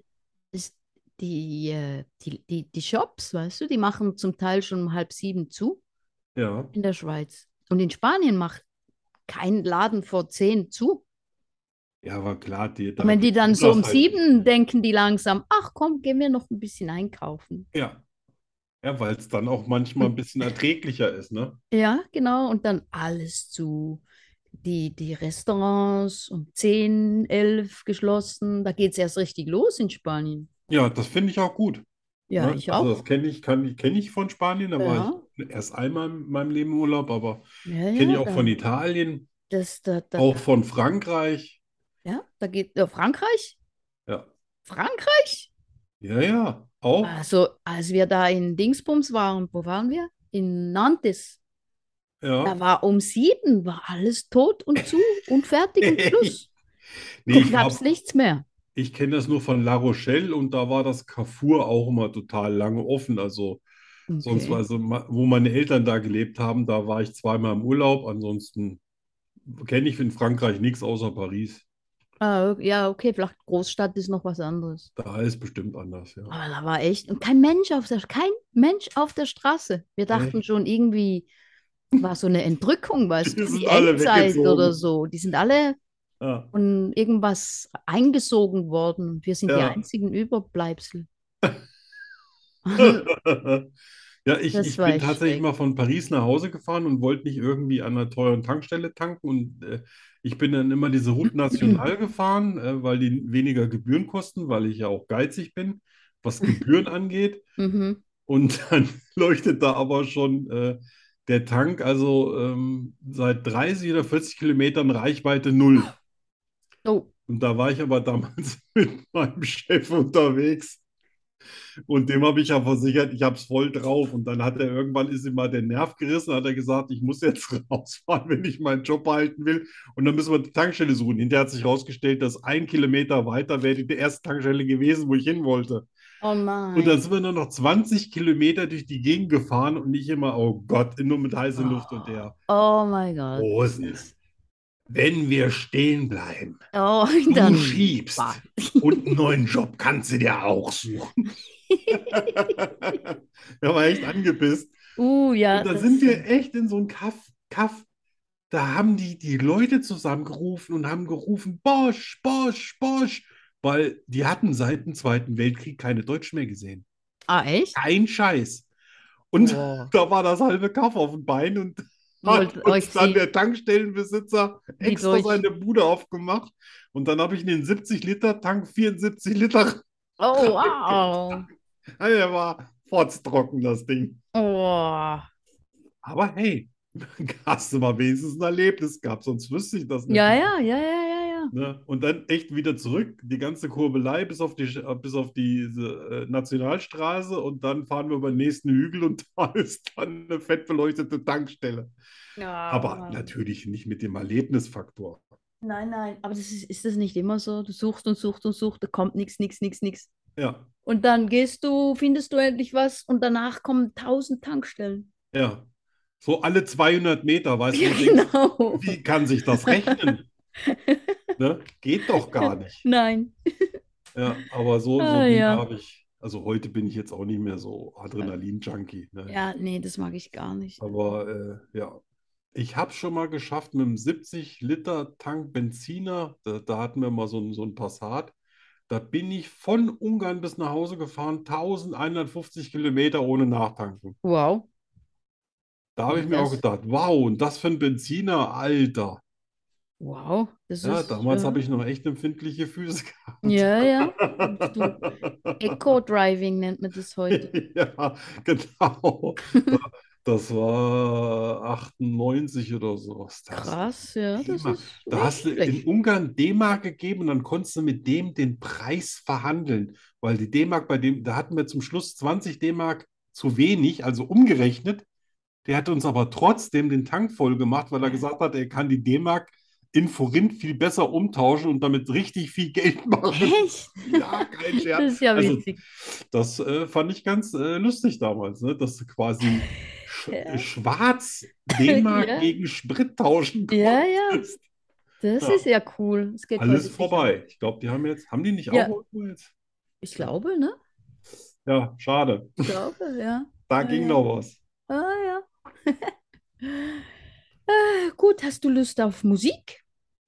ist die, äh, die, die, die Shops, weißt du, die machen zum Teil schon um halb sieben zu Ja, in der Schweiz. Und in Spanien macht kein Laden vor zehn zu. ja, war klar, die, Und wenn die dann das so um halt. sieben denken, die langsam, ach komm, gehen wir noch ein bisschen einkaufen. Ja, ja weil es dann auch manchmal ein bisschen erträglicher ist, ne? Ja, genau. Und dann alles zu. Die, die Restaurants um zehn, elf geschlossen. Da geht es erst richtig los in Spanien. Ja, das finde ich auch gut. Ja, ne? ich Also auch. das kenne ich, kann, kenne ich von Spanien, da war ich Ja. erst einmal in meinem Leben im Urlaub, aber Ja, kenne ich ja, auch da, von Italien, das, da, da, auch von Frankreich. ja, da geht ja, Frankreich. Ja, Frankreich? ja, ja, auch. Also, als wir da in Dingsbums waren, wo waren wir? In Nantes. Da Ja. war um sieben, war alles tot und zu und fertig und Schluss. Nee, Dann ich gab hab, es nichts mehr. ich kenne das nur von La Rochelle und da war das Carrefour auch immer total lange offen. Also sonst Okay. war so, ma- wo meine Eltern da gelebt haben, da war ich zweimal im Urlaub. Ansonsten kenne ich in Frankreich nichts außer Paris. Ah, o- ja, okay, vielleicht Großstadt ist noch was anderes. Da ist bestimmt anders, ja. Aber da war echt und kein Mensch auf der, kein Mensch auf der Straße. Wir dachten Echt? schon irgendwie, war so eine Entrückung, weißt Die du, sind die alle Endzeit oder weggezogen. so. Die sind alle Ja. von irgendwas eingesogen worden und wir sind die Ja. einzigen Überbleibsel. Ja, ich, Das ich war bin echt tatsächlich schräg. mal von Paris nach Hause gefahren und wollte nicht irgendwie an einer teuren Tankstelle tanken. Und äh, ich bin dann immer diese Route Nationale gefahren, äh, weil die weniger Gebühren kosten, weil ich ja auch geizig bin, was Gebühren angeht. Mhm. Und dann leuchtet da aber schon äh, der Tank, also ähm, seit 30 oder 40 Kilometern Reichweite null. Oh, Und da war ich aber damals mit meinem Chef unterwegs. Und dem habe ich ja versichert, ich habe es voll drauf. Und dann hat er irgendwann ist ihm mal der Nerv gerissen, hat er gesagt, ich muss jetzt rausfahren, wenn ich meinen Job behalten will. Und dann müssen wir die Tankstelle suchen. Hinterher hat sich herausgestellt, dass ein Kilometer weiter wäre die erste Tankstelle gewesen, wo ich hin wollte. oh Und dann nein. sind wir nur noch 20 Kilometer durch die Gegend gefahren und ich immer, oh Gott, nur mit heißer Luft und der Oh mein Gott. Hosen. Wenn wir stehen bleiben. Oh, Du dann. schiebst. Bah. Und einen neuen Job kannst du dir auch suchen. Er war echt angepisst. Uh, ja, Und da das sind ist- wir echt in so einem Kaff, Kaff. Da haben die, die Leute zusammengerufen und haben gerufen, Bosch, Bosch, Bosch. Weil die hatten seit dem Zweiten Weltkrieg keine Deutschen mehr gesehen. Ah, echt? Kein Scheiß. Und Boah. da war das halbe Kaff auf dem Bein und hat Wollt uns euch dann sehen. der Tankstellenbesitzer Die extra durch- seine Bude aufgemacht. Und dann habe ich in den 70-Liter-Tank 74 Liter. Oh, wow. Der war fotztrocken, das Ding. Oh. Aber hey, hast du mal wenigstens ein Erlebnis gehabt, sonst wüsste ich das nicht. Ja, ja, ja, ja, ja, ja. Ne? Und dann echt wieder zurück, die ganze Kurbelei bis auf die, bis auf diese äh, Nationalstraße und dann fahren wir über den nächsten Hügel und da ist dann eine fett beleuchtete Tankstelle. Ja, Aber Ah, Mann. natürlich nicht mit dem Erlebnisfaktor. Nein, nein. Aber das ist, ist das nicht immer so? Du suchst und suchst und suchst, da kommt nichts, nichts, nichts, nichts. Ja, Und dann gehst du, findest du endlich was und danach kommen tausend Tankstellen. ja. So alle 200 Meter, weißt du, Ja, wo du denkst, genau. Also wie kann sich das rechnen? Ne? Geht doch gar nicht. Nein. Ja, aber so, so Ah, Dinge ja. habe ich. Also heute bin ich jetzt auch nicht mehr so Adrenalin-Junkie. Ne? Ja, nee, das mag ich gar nicht. Aber äh, ja, ich habe es schon mal geschafft mit einem 70-Liter-Tank Benziner. Da, da hatten wir mal so ein, so ein Passat. Da bin ich von Ungarn bis nach Hause gefahren, 1150 Kilometer ohne Nachtanken. Wow. Da habe ich mir auch Das- gedacht, wow, und das für ein Benziner, Alter. Wow. Das Ja, ist, äh, damals ja. habe ich noch echt empfindliche Füße Ja, ja. gehabt. Eco-Driving nennt man das heute. Ja, genau. Das war 98 oder sowas. Da hast du Krass, ja, das Thema. ist Da hast du nicht in schlecht. Ungarn D-Mark gegeben und dann konntest du mit dem den Preis verhandeln, weil die D-Mark bei dem, da hatten wir zum Schluss 20 D-Mark zu wenig, also umgerechnet. Der hat uns aber trotzdem den Tank voll gemacht, weil er gesagt hat, er kann die D-Mark in Forint viel besser umtauschen und damit richtig viel Geld machen. Echt? Ja, kein Scherz. Das ist ja Also, witzig. Das äh, fand ich ganz äh, lustig damals, ne? dass du quasi sch äh, Ja. schwarz D-Mark Ja. gegen Sprit tauschen Ja, ja. konntest. Das Ja. ist ja cool. Es geht heute Alles sicher. vorbei. Ich glaube, die haben jetzt, haben die nicht Ja. auch Euro jetzt? Ich glaube, ne? Ja, schade. Ich glaube, ja. Da Ja, ging ja. noch was. Ah, ja. Äh, Gut, hast du Lust auf Musik?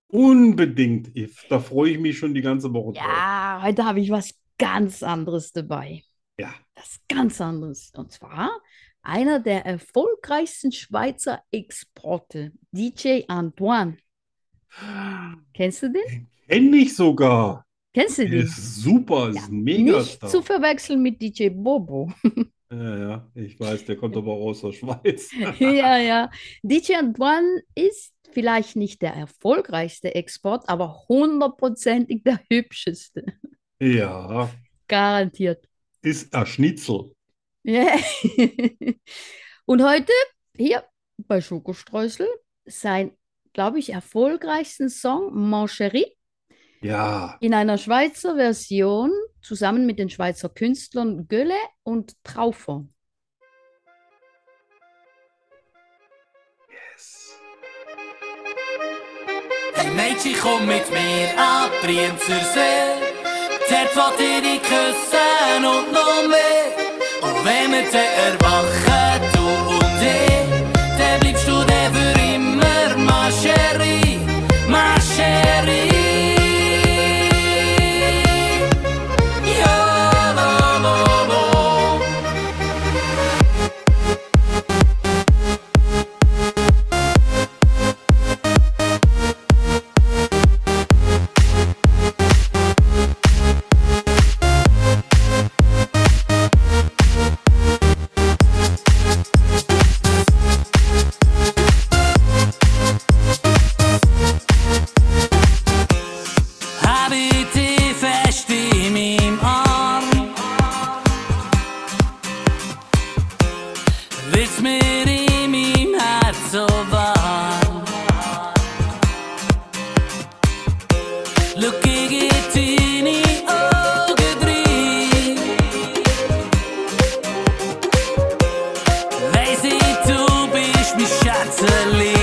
Unbedingt, If. Da freue ich mich schon die ganze Woche drauf. Ja, heute habe ich was ganz anderes dabei. Äh. Ja. Was ganz anderes. Und zwar einer der erfolgreichsten Schweizer Exporte, DJ Antoine. Kennst du den? Kenne ich sogar. Kennst du den? Ist super, ist ein Nicht Megastar. zu verwechseln mit DJ Bobo. Ja, ja, ich weiß, der kommt aber auch aus der Schweiz. Ja, ja. DJ Antoine ist vielleicht nicht der erfolgreichste Export, aber hundertprozentig der hübscheste. Ja, Garantiert. ist ein Schnitzel. Ja. Und heute hier bei Schokostreusel sein, glaube ich, erfolgreichsten Song Mon Chéri Ja, in einer Schweizer Version zusammen mit den Schweizer Künstlern Gölle und Traufer. yes. Hey Meidje, kom mit mir an die Brienzer See. Dort will ich dich küssen und noch mehr. Und wenn wir dann erwachen, du und ich, dann bleibst du dann für immer, ma chérie, ma chérie. Ja, la, la, la. Hab ich dich fest in meinem Arm. Wird's mir in meinem Herz so warm. Look in deine Augen rein. Weiss ich, du bist mein Schätzelein.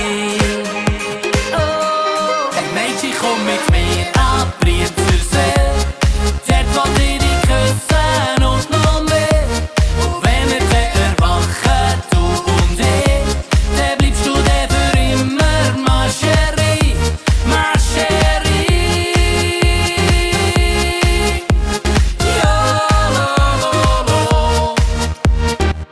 Hey Mädchen, komm mit mir an die Brienzersee. Dort will ich dich küssen und noch mehr. Und wenn wir dann erwachen, du und ich, dann bleibst du dann für immer, ma chérie, ma chérie. Ja, la, la, la.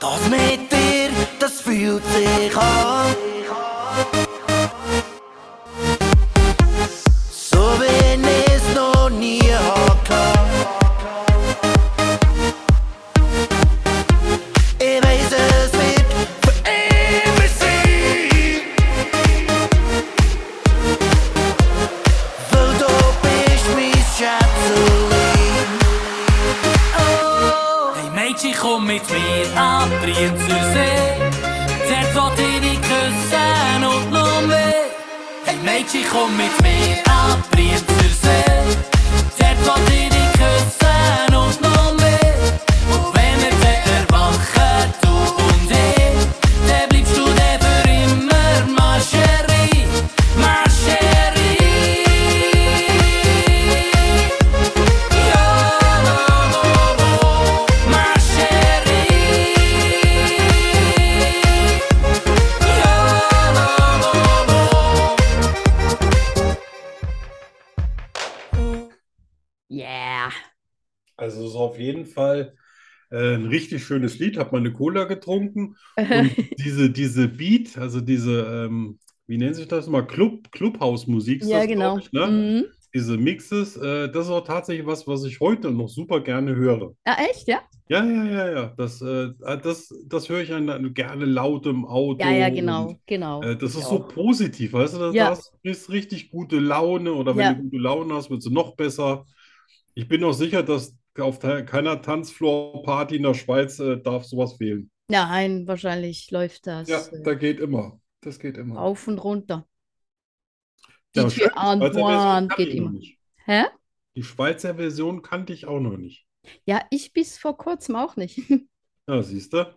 Das mit dir, das fühlt sich an. So bin ich's noch nie hatte. Ich weiß, es wird für immer sein. Weil du bist mein Schätzelein. Hey Mädchen, komm mit mir an die Brienzersee. Dort will ich dich küssen und noch mehr. Hey Mädchen, komm mit mir an die Brienzersee. Dort will ich dich küssen und noch mehr. Und wenn wir dann erwachen, du und ich, dann bleibst du dann für immer, ma chérie, ma chérie. Yeah. Also es ist auf jeden Fall äh, ein richtig schönes Lied. Hab mal eine Cola getrunken und diese, diese Beat, also diese, ähm, wie nennt sich das mal? Club, Clubhouse-Musik ist Ja, das, genau. glaub ich, ne? Mhm. Diese Mixes, äh, das ist auch tatsächlich was, was ich heute noch super gerne höre. Ah, echt, ja? Ja, ja, ja, ja. Das, äh, das, das höre ich an, an gerne laut im Auto. Ja, ja, Und, genau, genau. äh, das Ich ist so auch. positiv, weißt du? Da, da Ja. hast du kriegst richtig gute Laune oder wenn Ja. du gute Laune hast, wird es noch besser. Ich bin auch sicher, dass auf te- keiner Tanzfloor-Party in der Schweiz äh, darf sowas fehlen. Nein, wahrscheinlich läuft das Ja, äh, da geht immer. Das geht immer. auf und runter. Ja, DJ schön. Die Schweizer Version Antoine kannte geht ich noch immer. nicht. Hä? Die Schweizer Version kannte ich auch noch nicht. Ja, ich bis vor kurzem auch nicht. Ja, siehst du?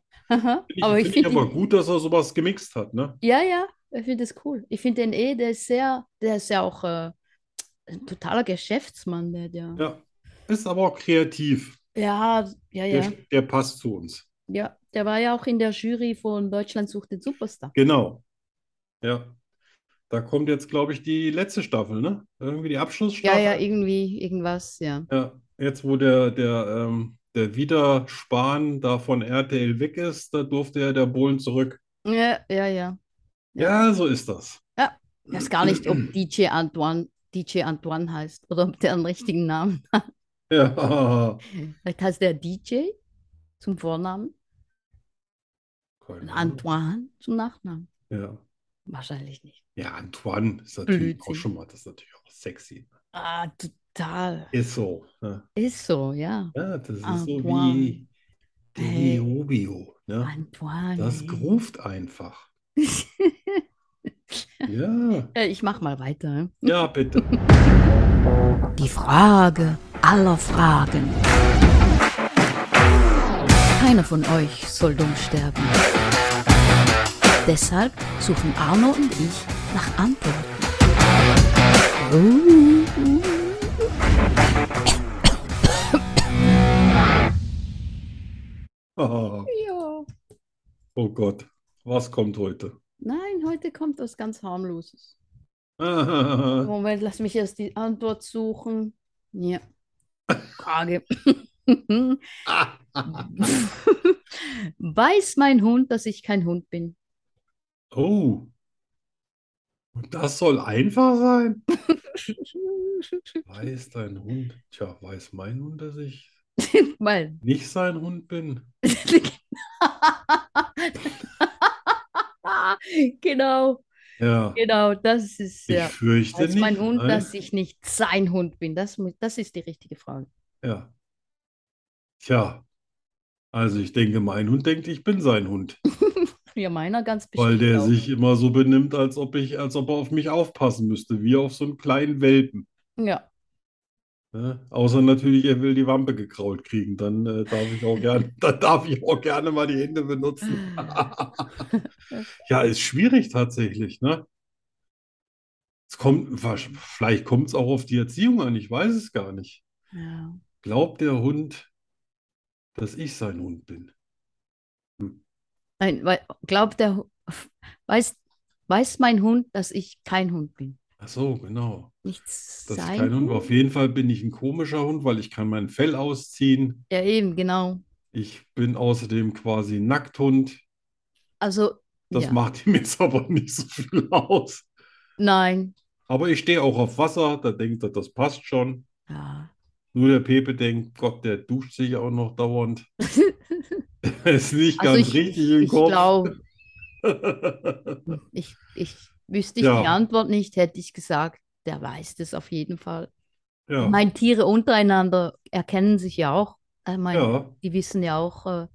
Finde Aha. ich, Aber ich find ich finde aber ihn, gut, dass er sowas gemixt hat, ne? ja, ja, ich finde das cool. Ich finde den eh, der ist sehr, der ist ja auch äh, ein totaler Geschäftsmann, der, der. Ja. Ist aber auch kreativ. Ja, ja, ja, Der, der passt zu uns. ja. Der war ja auch in der Jury von Deutschland sucht den Superstar. Genau. Ja. Da kommt jetzt, glaube ich, die letzte Staffel, ne? Irgendwie die Ja, Abschlussstaffel. ja, irgendwie, irgendwas, ja. Ja, jetzt, wo der, der ähm, der Wiederspahn da von RTL weg ist, da durfte ja der Bohlen zurück. Ja, ja, ja. Ja, so ist das. Ich weiß gar nicht, ob DJ Antoine DJ Antoine heißt oder ob der einen richtigen Namen hat. Ja, Vielleicht heißt der DJ zum Vornamen und keine Ahnung. Antoine zum Nachnamen. Ja. Wahrscheinlich nicht. ja, Antoine ist natürlich auch Blödsinn. schon mal, das ist natürlich auch sexy. Ah, total. Ist so. Ne? Ist so, ja. Ja, das ist so Antoine. wie Hey. Danny Rubio. Ne? Antoine. Das ey. ruft einfach. Ja, Äh, Ich mach mal weiter. ja, bitte. Die Frage aller Fragen. Keiner von euch soll dumm sterben. Deshalb suchen Arno und ich nach Antworten. Ah, Ja. oh Gott, was kommt heute? Nein, heute kommt was ganz harmloses. Ah, Moment, lass mich erst die Antwort suchen. Ja. Frage. Weiß mein Hund, dass ich kein Hund bin? oh, und das soll einfach sein? Weiß dein Hund? Tja, weiß mein Hund, dass ich Mal. nicht sein Hund bin? genau, Ja, genau, das ist ich ja. Also fürchte Weiß mein nicht, Hund, nein. dass ich nicht sein Hund bin? Das, mu- das ist die richtige Frage. ne? Ja. Tja, also ich denke, mein Hund denkt, ich bin sein Hund, Ja, meiner ganz weil bestimmt der auch. sich immer so benimmt, als ob ich, als ob er auf mich aufpassen müsste, wie auf so einen kleinen Welpen. Ja, Ne? Außer natürlich, er will die Wampe gekrault kriegen, dann äh, darf ich auch gerne, dann darf ich auch gerne mal die Hände benutzen. Ja, ist schwierig tatsächlich, ne? Es kommt, wahrsch- vielleicht kommt es auch auf die Erziehung an, ich weiß es gar nicht. ja. Glaubt der Hund, dass ich sein Hund bin? Nein, weil, glaubt der, Hu- weiß, weiß mein Hund, dass ich kein Hund bin? Ach so, genau. Nichts Das ist sein kein Hund. Hund? Auf jeden Fall bin ich ein komischer Hund, weil ich kann mein Fell ausziehen. Ja, eben, genau. Ich bin außerdem quasi ein Nackthund. Also, Das ja. macht ihm jetzt aber nicht so viel aus. Nein. Aber ich stehe auch auf Wasser, da denkt er, das passt schon. Ja. Nur der Pepe denkt, Gott, der duscht sich auch noch dauernd. Ist nicht Also ganz ich, richtig ich, im ich Kopf. glaube, ich, ich wüsste ich die Ja. Antwort nicht, hätte ich gesagt, der weiß das auf jeden Fall. Ich Ja, meine, Tiere untereinander erkennen sich ja auch. Ich meine, ja, die wissen ja auch, äh,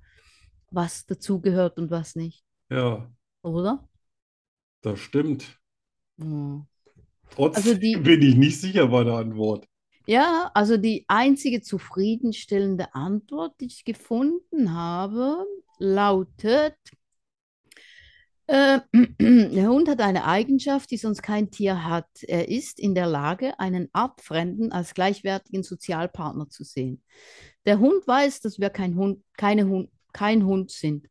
was dazugehört und was nicht, ja, oder? das stimmt. Hm. Trotzdem Also die- bin ich nicht sicher bei der Antwort. Ja, also die einzige zufriedenstellende Antwort, die ich gefunden habe, lautet, äh, der Hund hat eine Eigenschaft, die sonst kein Tier hat. Er ist in der Lage, einen Artfremden als gleichwertigen Sozialpartner zu sehen. Der Hund weiß, dass wir kein Hund, keine Hund, kein Hund sind.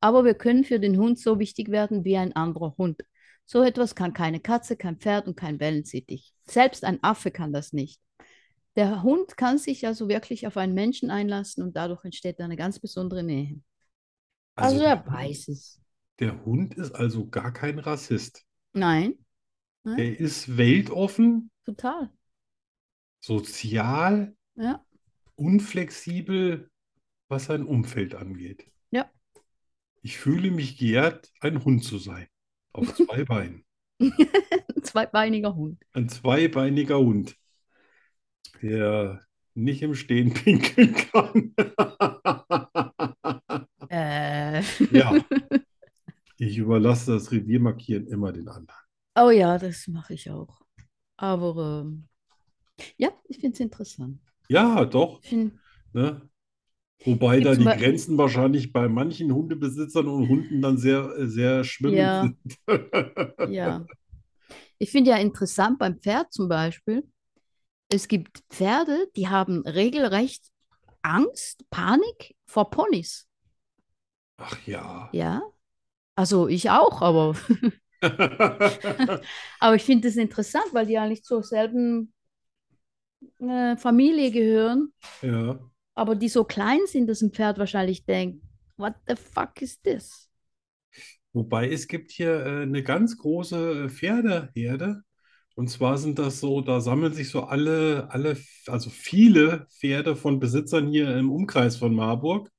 Aber wir können für den Hund so wichtig werden wie ein anderer Hund. So etwas kann keine Katze, kein Pferd und kein Wellensittich. Selbst ein Affe kann das nicht. Der Hund kann sich also wirklich auf einen Menschen einlassen und dadurch entsteht eine ganz besondere Nähe. Also, Also er weiß es. der Hund ist also gar kein Rassist. Nein, Der ist weltoffen, total. sozial, Ja. unflexibel, was sein Umfeld angeht. Ja. Ich fühle mich geehrt, ein Hund zu sein. Auf zwei Beinen. Ein Zweibeiniger Hund. Ein zweibeiniger Hund, der nicht im Stehen pinkeln kann. Äh, Ja. Ich überlasse das Reviermarkieren immer den anderen. oh ja, das mache ich auch. Aber ähm, ja, ich finde es interessant. Ja, doch. Ich find, Ne? Wobei Gibt da zum die Beispiel- Grenzen wahrscheinlich bei manchen Hundebesitzern und Hunden dann sehr, äh, sehr schwimmend Ja. sind. ja. Ich finde ja interessant beim Pferd zum Beispiel, es gibt Pferde, die haben regelrecht Angst, Panik vor Ponys. Ach ja. Ja. Also ich auch, aber, aber ich finde es interessant, weil die eigentlich zur selben äh, Familie gehören. Ja, aber die so klein sind, dass ein Pferd wahrscheinlich denkt, what the fuck is this? Wobei es gibt hier äh, eine ganz große äh, Pferdeherde. Und zwar sind das so, da sammeln sich so alle, alle, also viele Pferde von Besitzern hier im Umkreis von Marburg.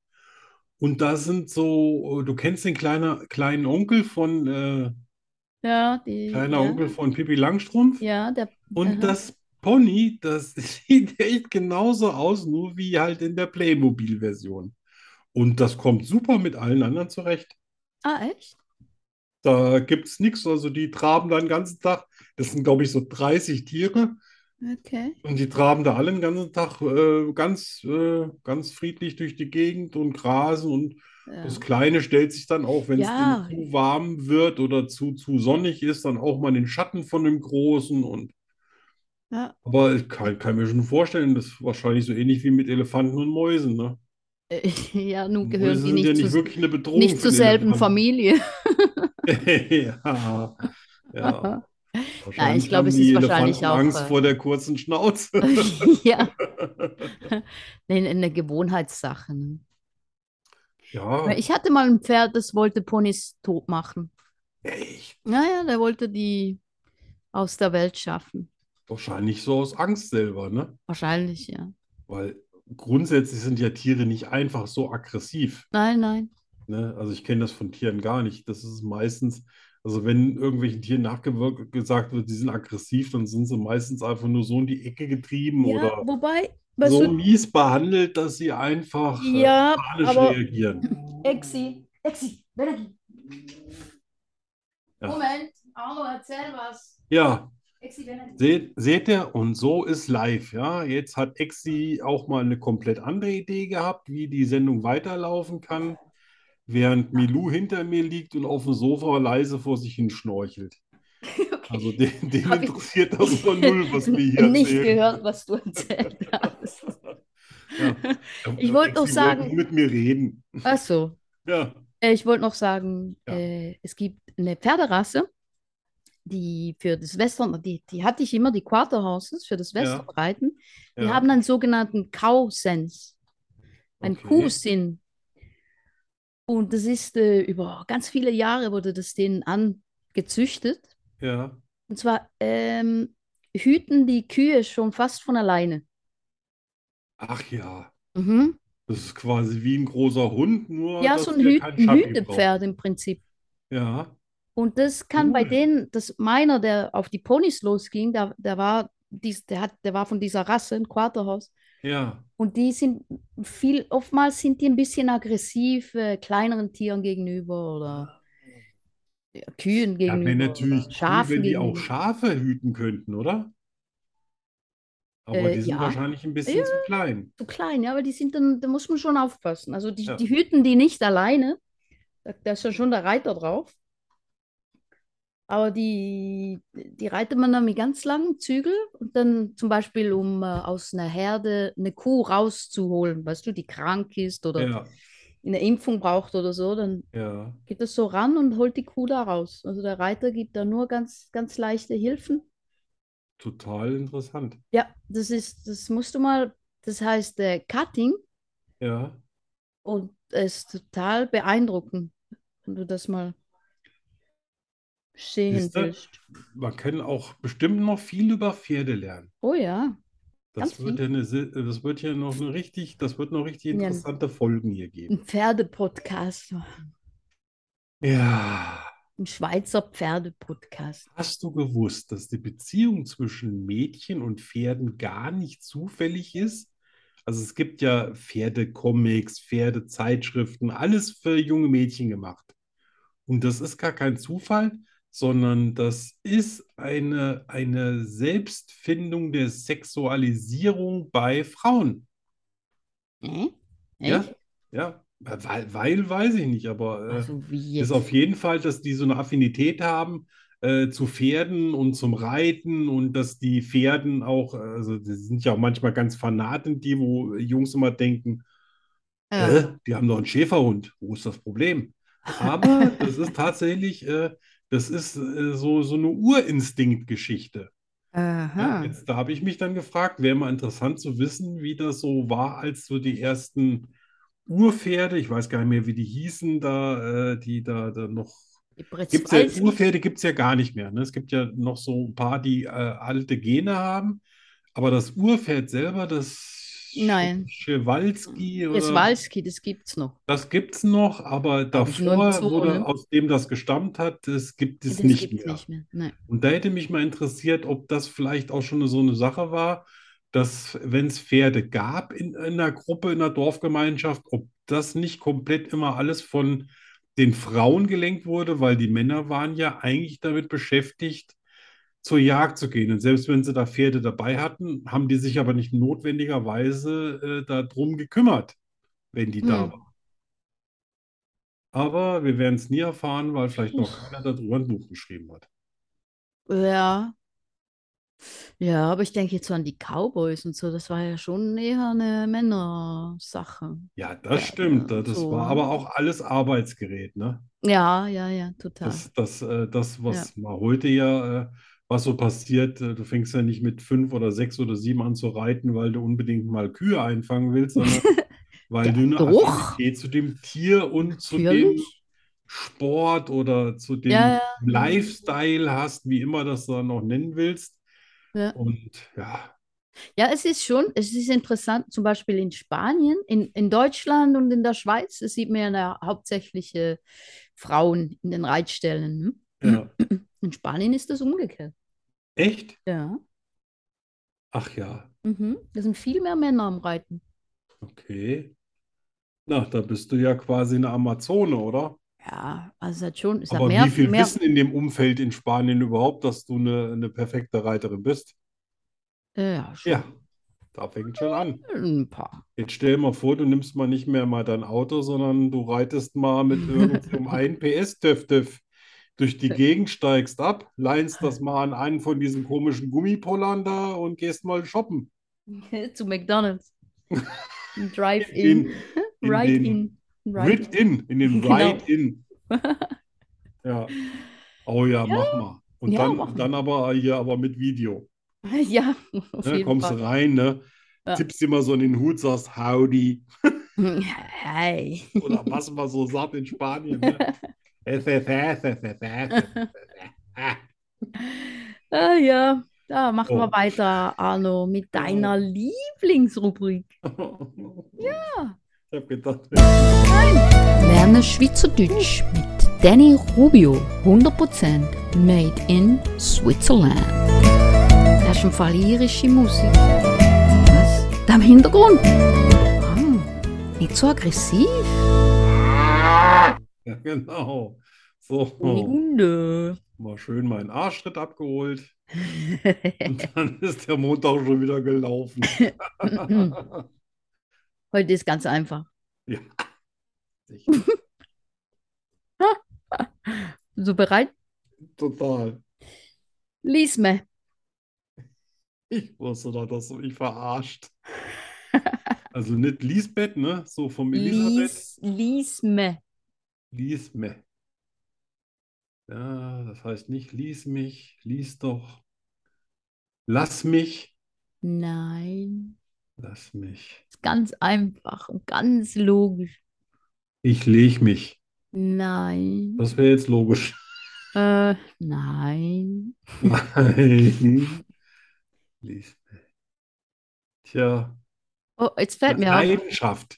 Und da sind so, äh, du kennst den kleiner, kleinen Onkel von, äh, Ja, die, kleiner ja, Onkel von Pippi Langstrumpf. ja, der, Und aha. das Pony, das sieht echt genauso aus, nur wie halt in der Playmobil-Version. Und das kommt super mit allen anderen zurecht. Ah, echt? Da gibt es nichts. Also die traben da den ganzen Tag. Das sind, glaube ich, so 30 Tiere. Okay. Und die traben da alle den ganzen Tag äh, ganz, äh, ganz friedlich durch die Gegend und grasen. Und Ja. das Kleine stellt sich dann auch, wenn es Ja. denen zu warm wird oder zu, zu sonnig ist, dann auch mal in den Schatten von dem Großen. Und Ja. aber ich kann, kann mir schon vorstellen, das ist wahrscheinlich so ähnlich wie mit Elefanten und Mäusen, ne? Äh, ja, nun gehören Mäuse die sind ja nicht, nicht zu, wirklich eine Bedrohung nicht für zur den selben Elefanten. Familie. Ja, ja. Nein, ich Wahrscheinlich glaube, haben es die ist wahrscheinlich Elefanten auch, Angst äh, vor der kurzen Schnauze. ja, eine, eine Gewohnheitssache. ne? Ja, Ich hatte mal ein Pferd, das wollte Ponys tot machen. echt. Naja, der wollte die aus der Welt schaffen. Wahrscheinlich so aus Angst selber, ne? Wahrscheinlich, ja. Weil grundsätzlich sind ja Tiere nicht einfach so aggressiv, Nein, nein. ne? Also ich kenne das von Tieren gar nicht. Das ist meistens, also wenn irgendwelchen Tieren nachgewirkt gesagt wird, die sind aggressiv, dann sind sie meistens einfach nur so in die Ecke getrieben Ja, oder wobei, weißt so du, mies behandelt, dass sie einfach äh, ja, panisch aber reagieren. Exi, Exi, Benedikt. Ja. Moment, Arno, erzähl was. Ja. Exi, Benedikt. Seht, seht ihr, und so ist live, ja. Jetzt hat Exi auch mal eine komplett andere Idee gehabt, wie die Sendung weiterlaufen kann, während Milou hinter mir liegt und auf dem Sofa leise vor sich hin schnorchelt. Also den, den Hab ich- interessiert das von null, was wir hier Nicht erzählen. gehört, was du erzählt hast. Ja. Ich wollte Exi noch sagen- nur mit mir reden. Ach so. Ja. Äh, Ich wollte noch sagen, Ja. äh, es gibt eine Pferderasse, die für das Western, die, die hatte ich immer, die Quarterhorses für das Ja. Westernreiten. Die Ja. haben einen sogenannten Cow-Sense, einen Okay. Kuhsinn. Und das ist äh, über ganz viele Jahre wurde das denen angezüchtet. Ja. Und zwar ähm, hüten die Kühe schon fast von alleine. Ach ja. Mhm. Das ist quasi wie ein großer Hund, nur Ja, dass so ein der Hü keinen ein Schappi braucht. Hütepferd im Prinzip. Ja. Und das kann bei Cool. denen, das meiner, der auf die Ponys losging, der, der war, dies, der hat, der war von dieser Rasse, ein Quarterhaus. Ja. Und die sind viel, oftmals sind die ein bisschen aggressiv, äh, kleineren Tieren gegenüber oder ja, Kühen Ah. Ja, wäre gegenüber natürlich oder cool, Schafen wenn die auch gegenüber. Schafe hüten könnten, oder? Aber Äh, die sind ja. wahrscheinlich ein bisschen zu klein. Zu klein, ja, aber die sind dann, da muss man schon aufpassen. Also die, Ja. die hüten die nicht alleine. Da, da ist ja schon der Reiter drauf. Aber die, die reitet man dann mit ganz langen Zügel und dann zum Beispiel, um äh, aus einer Herde eine Kuh rauszuholen, weißt du, die krank ist oder Ja, eine Impfung braucht oder so, dann ja. geht das so ran und holt die Kuh da raus. Also der Reiter gibt da nur ganz, ganz leichte Hilfen. Total interessant. Ja, das ist, das musst du mal, das heißt äh, Cutting. Ja. Und es ist total beeindruckend, wenn du das mal sehen Siehste? willst. Man kann auch bestimmt noch viel über Pferde lernen. Oh ja, Ganz Das wird ja eine, Si- das wird ja noch eine richtig, das wird noch richtig Ja. interessante Folgen hier geben. ein Pferdepodcast, Ja. ein Schweizer Pferdepodcast. Hast du gewusst, dass die Beziehung zwischen Mädchen und Pferden gar nicht zufällig ist? Also es gibt ja Pferdecomics, Pferdezeitschriften, alles für junge Mädchen gemacht. Und das ist gar kein Zufall, sondern das ist eine, eine Selbstfindung der Sexualisierung bei Frauen. Hä? Ja, äh, Echt? ja. Weil, weil weiß ich nicht, aber äh, Also wie ist jetzt? auf jeden Fall, dass die so eine Affinität haben äh, zu Pferden und zum Reiten und dass die Pferden auch, äh, also die sind ja auch manchmal ganz Fanaten, die, wo Jungs immer denken, Ja. äh, die haben doch einen Schäferhund, wo ist das Problem? Aber das ist tatsächlich, äh, das ist äh, so, so eine Urinstinktgeschichte. Ja, Aha. jetzt, da habe ich mich dann gefragt, wäre mal interessant zu wissen, wie das so war, als so die ersten Urpferde, ich weiß gar nicht mehr, wie die hießen, da, äh, die da, da noch. Die Brits Gibt's ja, Walski- Urpferde gibt es ja gar nicht mehr. Ne? Es gibt ja noch so ein paar, die äh, alte Gene haben, aber das Urpferd selber, das Sch- Nein. Schewalski Das oder Walski, das gibt's noch. das gibt es noch, aber Glaub ich, nur im davor, Zoo, wurde, ne? aus dem das gestammt hat, das gibt es Das nicht gibt's mehr. nicht mehr. Nein. Und da hätte mich mal interessiert, ob das vielleicht auch schon so eine Sache war, dass wenn es Pferde gab in, in einer Gruppe, in einer Dorfgemeinschaft, ob das nicht komplett immer alles von den Frauen gelenkt wurde, weil die Männer waren ja eigentlich damit beschäftigt, zur Jagd zu gehen. Und selbst wenn sie da Pferde dabei hatten, haben die sich aber nicht notwendigerweise äh, darum gekümmert, wenn die da Hm. waren. Aber wir werden es nie erfahren, weil vielleicht noch keiner darüber ein Buch geschrieben hat. Ja. Ja, aber ich denke jetzt so an die Cowboys und so, das war ja schon eher eine Männersache. Ja, das Ja, stimmt. ja, Da- Das so. war aber auch alles Arbeitsgerät, ne? Ja, ja, ja, total. Das, das, äh, das, was mal heute ja, äh, was so passiert, äh, du fängst ja nicht mit fünf oder sechs oder sieben an zu reiten, weil du unbedingt mal Kühe einfangen willst, sondern weil Der du eine Geruch. Affinität zu dem Tier und zu dem Natürlich. Sport oder zu dem Ja, ja, ja. Lifestyle hast, wie immer das dann auch nennen willst. Ja. Und ja, Ja, es ist schon, es ist interessant, zum Beispiel in Spanien, in, in Deutschland und in der Schweiz, das sieht man ja da hauptsächlich äh, Frauen in den Reitstellen. Ne? ja. In Spanien ist das umgekehrt. Echt? Ja. Ach ja, Mhm. Da sind viel mehr Männer am Reiten. okay. Na, da bist du ja quasi eine Amazone, oder? Ja, also es hat schon, es hat Aber mehr, wie viel mehr, wissen in dem Umfeld in Spanien überhaupt, dass du eine, eine perfekte Reiterin bist? ja, schon Ja, da fängt schon an. ein paar. Jetzt stell mal vor, du nimmst mal nicht mehr mal dein Auto, sondern du reitest mal mit irgendwie um ein PS-Töff-Töff durch die Gegend, steigst ab, leinst das mal an einen von diesen komischen Gummipollern da und gehst mal shoppen. Zu McDonald's. In, Ein Drive-In, in den Ride-In, Ride-In. Ride-In, in den Genau. Ride-In. Ja. Oh ja, mach mal. Und Ja, dann, mach mal. dann aber hier aber mit Video. Ja, auf Ne, jeden kommst Fall. rein, ne? Ja. Tippst dir mal so in den Hut, sagst Howdy. Hey. Oder was man so sagt in Spanien. Ne? Ah ja, da mach mal Oh. weiter, Arno, mit Ja. deiner Lieblingsrubrik. ja. Ich hab gedacht, Lerne Schweizerdeutsch mit Danny Rubio. 100% made in Switzerland. Das ist im Fall irische Musik. Was? Da im Hintergrund? Ah, nicht so aggressiv. ja, genau. So, Kunigunde. mal schön meinen Arschtritt abgeholt. Und dann ist der Montag schon wieder gelaufen. Heute ist ganz einfach. So bereit? Total. Lies mir. Ich wusste doch, dass du mich verarscht. Also nicht Lisbeth, ne? So vom Elisabeth. Lies, lies mir. Lies me. Ja, das heißt nicht lies mich, lies doch. Lass mich, Nein, lass mich. ist ganz einfach und ganz logisch. Ich leg mich. Nein, Das wäre jetzt logisch. äh, nein. Nein. Lies me. Tja, Oh, jetzt fällt mir auf. Leidenschaft.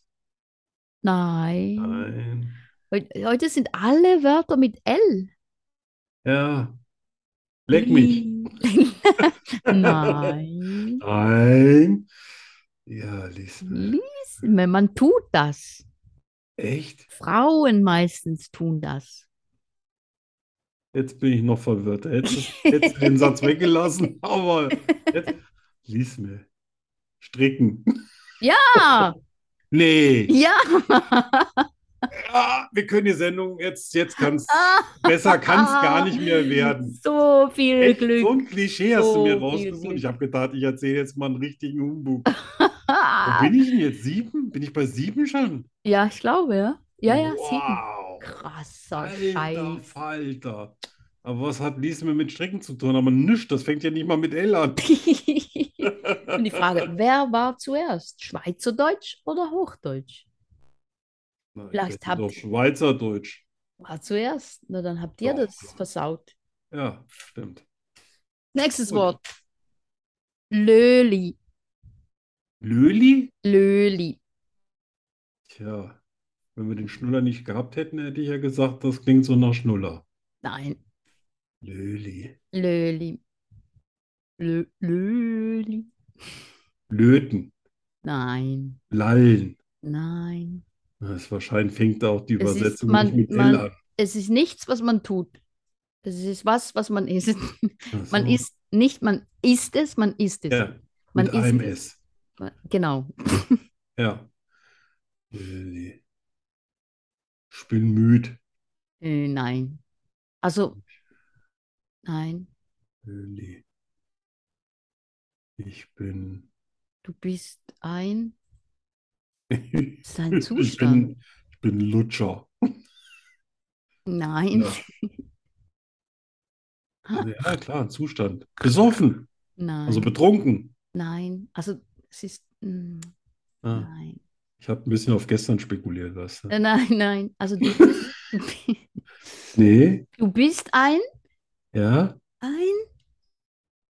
Nein. Nein. Heute, heute sind alle Wörter mit L. Ja. Leck mich. Li- Nein. Nein. Ja, lies me. Lies mir, man tut das. Echt? Frauen meistens tun das. Jetzt bin ich noch verwirrt. Hättest du hättest du den Satz weggelassen, aber jetzt lies mir. Stricken. Ah, Nee. ja. Ah, wir können die Sendung jetzt, jetzt kann's, besser kann es gar nicht mehr werden. So viel Echt, Glück. so ein Klischee hast du So mir viel rausgesucht. Glück. Ich habe gedacht, ich erzähle jetzt mal einen richtigen Humbug. Ah. Wo bin ich denn jetzt? Sieben? Bin ich bei sieben schon? Ja, ich glaube, ja. Ja, ja, sieben. Wow. Krasser Alter Scheiß. Falter. Aber was hat Liesme mit Stricken zu tun? Aber nichts, das fängt ja nicht mal mit L an. Und die Frage, wer war zuerst? Schweizerdeutsch oder Hochdeutsch? Na, ich Vielleicht hätte habt- doch Schweizerdeutsch. War zuerst. Na, dann habt ihr Doch. das versaut. Ja, stimmt. Nächstes Gut. Wort. Löli. Löli? Löli. Tja, wenn wir den Schnuller nicht gehabt hätten, hätte ich ja gesagt, das klingt so nach Schnuller. Nein. Löli. Löli. Lö Löli. Löten. Nein. Lallen. Nein. Das wahrscheinlich fängt auch die Es ist- Übersetzung man- nicht mit L man- an. Es ist nichts, was man tut. Es ist was, was man isst. Ach Man so. isst nicht, man isst es, man isst es. Ja, man mit einem isst S. es. Genau. Ja. Löli. Ich bin müde. Äh, nein. Hm. Also, nein, Löli. Ich bin. du bist ein, Hm, Ich ist ein Zustand. bin, ich bin Lutscher. Nein, Ja. Ja, klar, ein Zustand. Besoffen, also nein, betrunken. nein. Also, es ist, mm, Ah. nein. Ich habe ein bisschen auf gestern spekuliert, weißt du? Äh, nein, nein. Also, du bist, Nee, du bist ein, ja, ein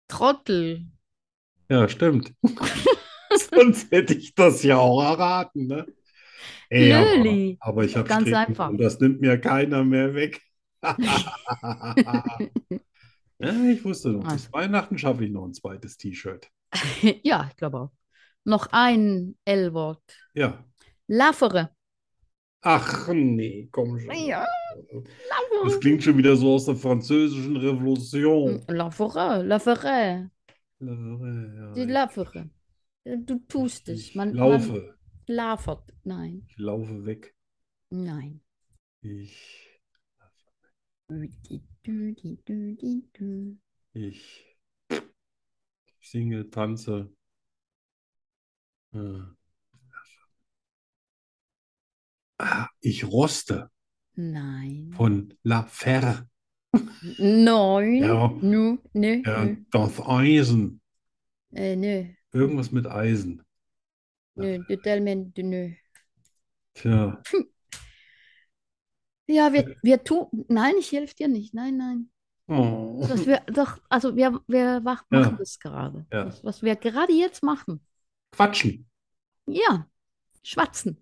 Trottel. ja, stimmt. Sonst hätte ich das ja auch erraten, ne? Ey, aber, Löli. aber ich habe Ganz Stricken einfach. und das nimmt mir keiner mehr weg. ja, ich wusste Ah. noch, bis Weihnachten schaffe ich noch ein zweites T-Shirt. Ja, ich glaube auch. Noch ein L-Wort. Ja. Laffere. Ach nee, komm schon. Ja, Das Laffere. klingt schon wieder so aus der französischen Hm, Revolution. Laffere, Laffere, Hm. die Ja, Laffere. Du tust es. ich Man, man laufe, lafert. Nein. ich laufe weg. Nein. Ich, Düdi, düdi, düdi, dü. ich singe, tanze. Hm. Ah, ich roste Nein. von La Fer. Nein. Ja. Nö, nö, Ja, äh, ne, nö. das Eisen. Äh, nö, Irgendwas mit Eisen. nö, totalmente nö. Tja, Ja, wir, wir tun. Nein, ich helfe dir nicht. Nein, nein. oh. Das wir, doch, also wir, wir mach, Ja. machen das gerade. Ja. Das, was wir gerade jetzt machen. Quatschen, Ja. Schwatzen.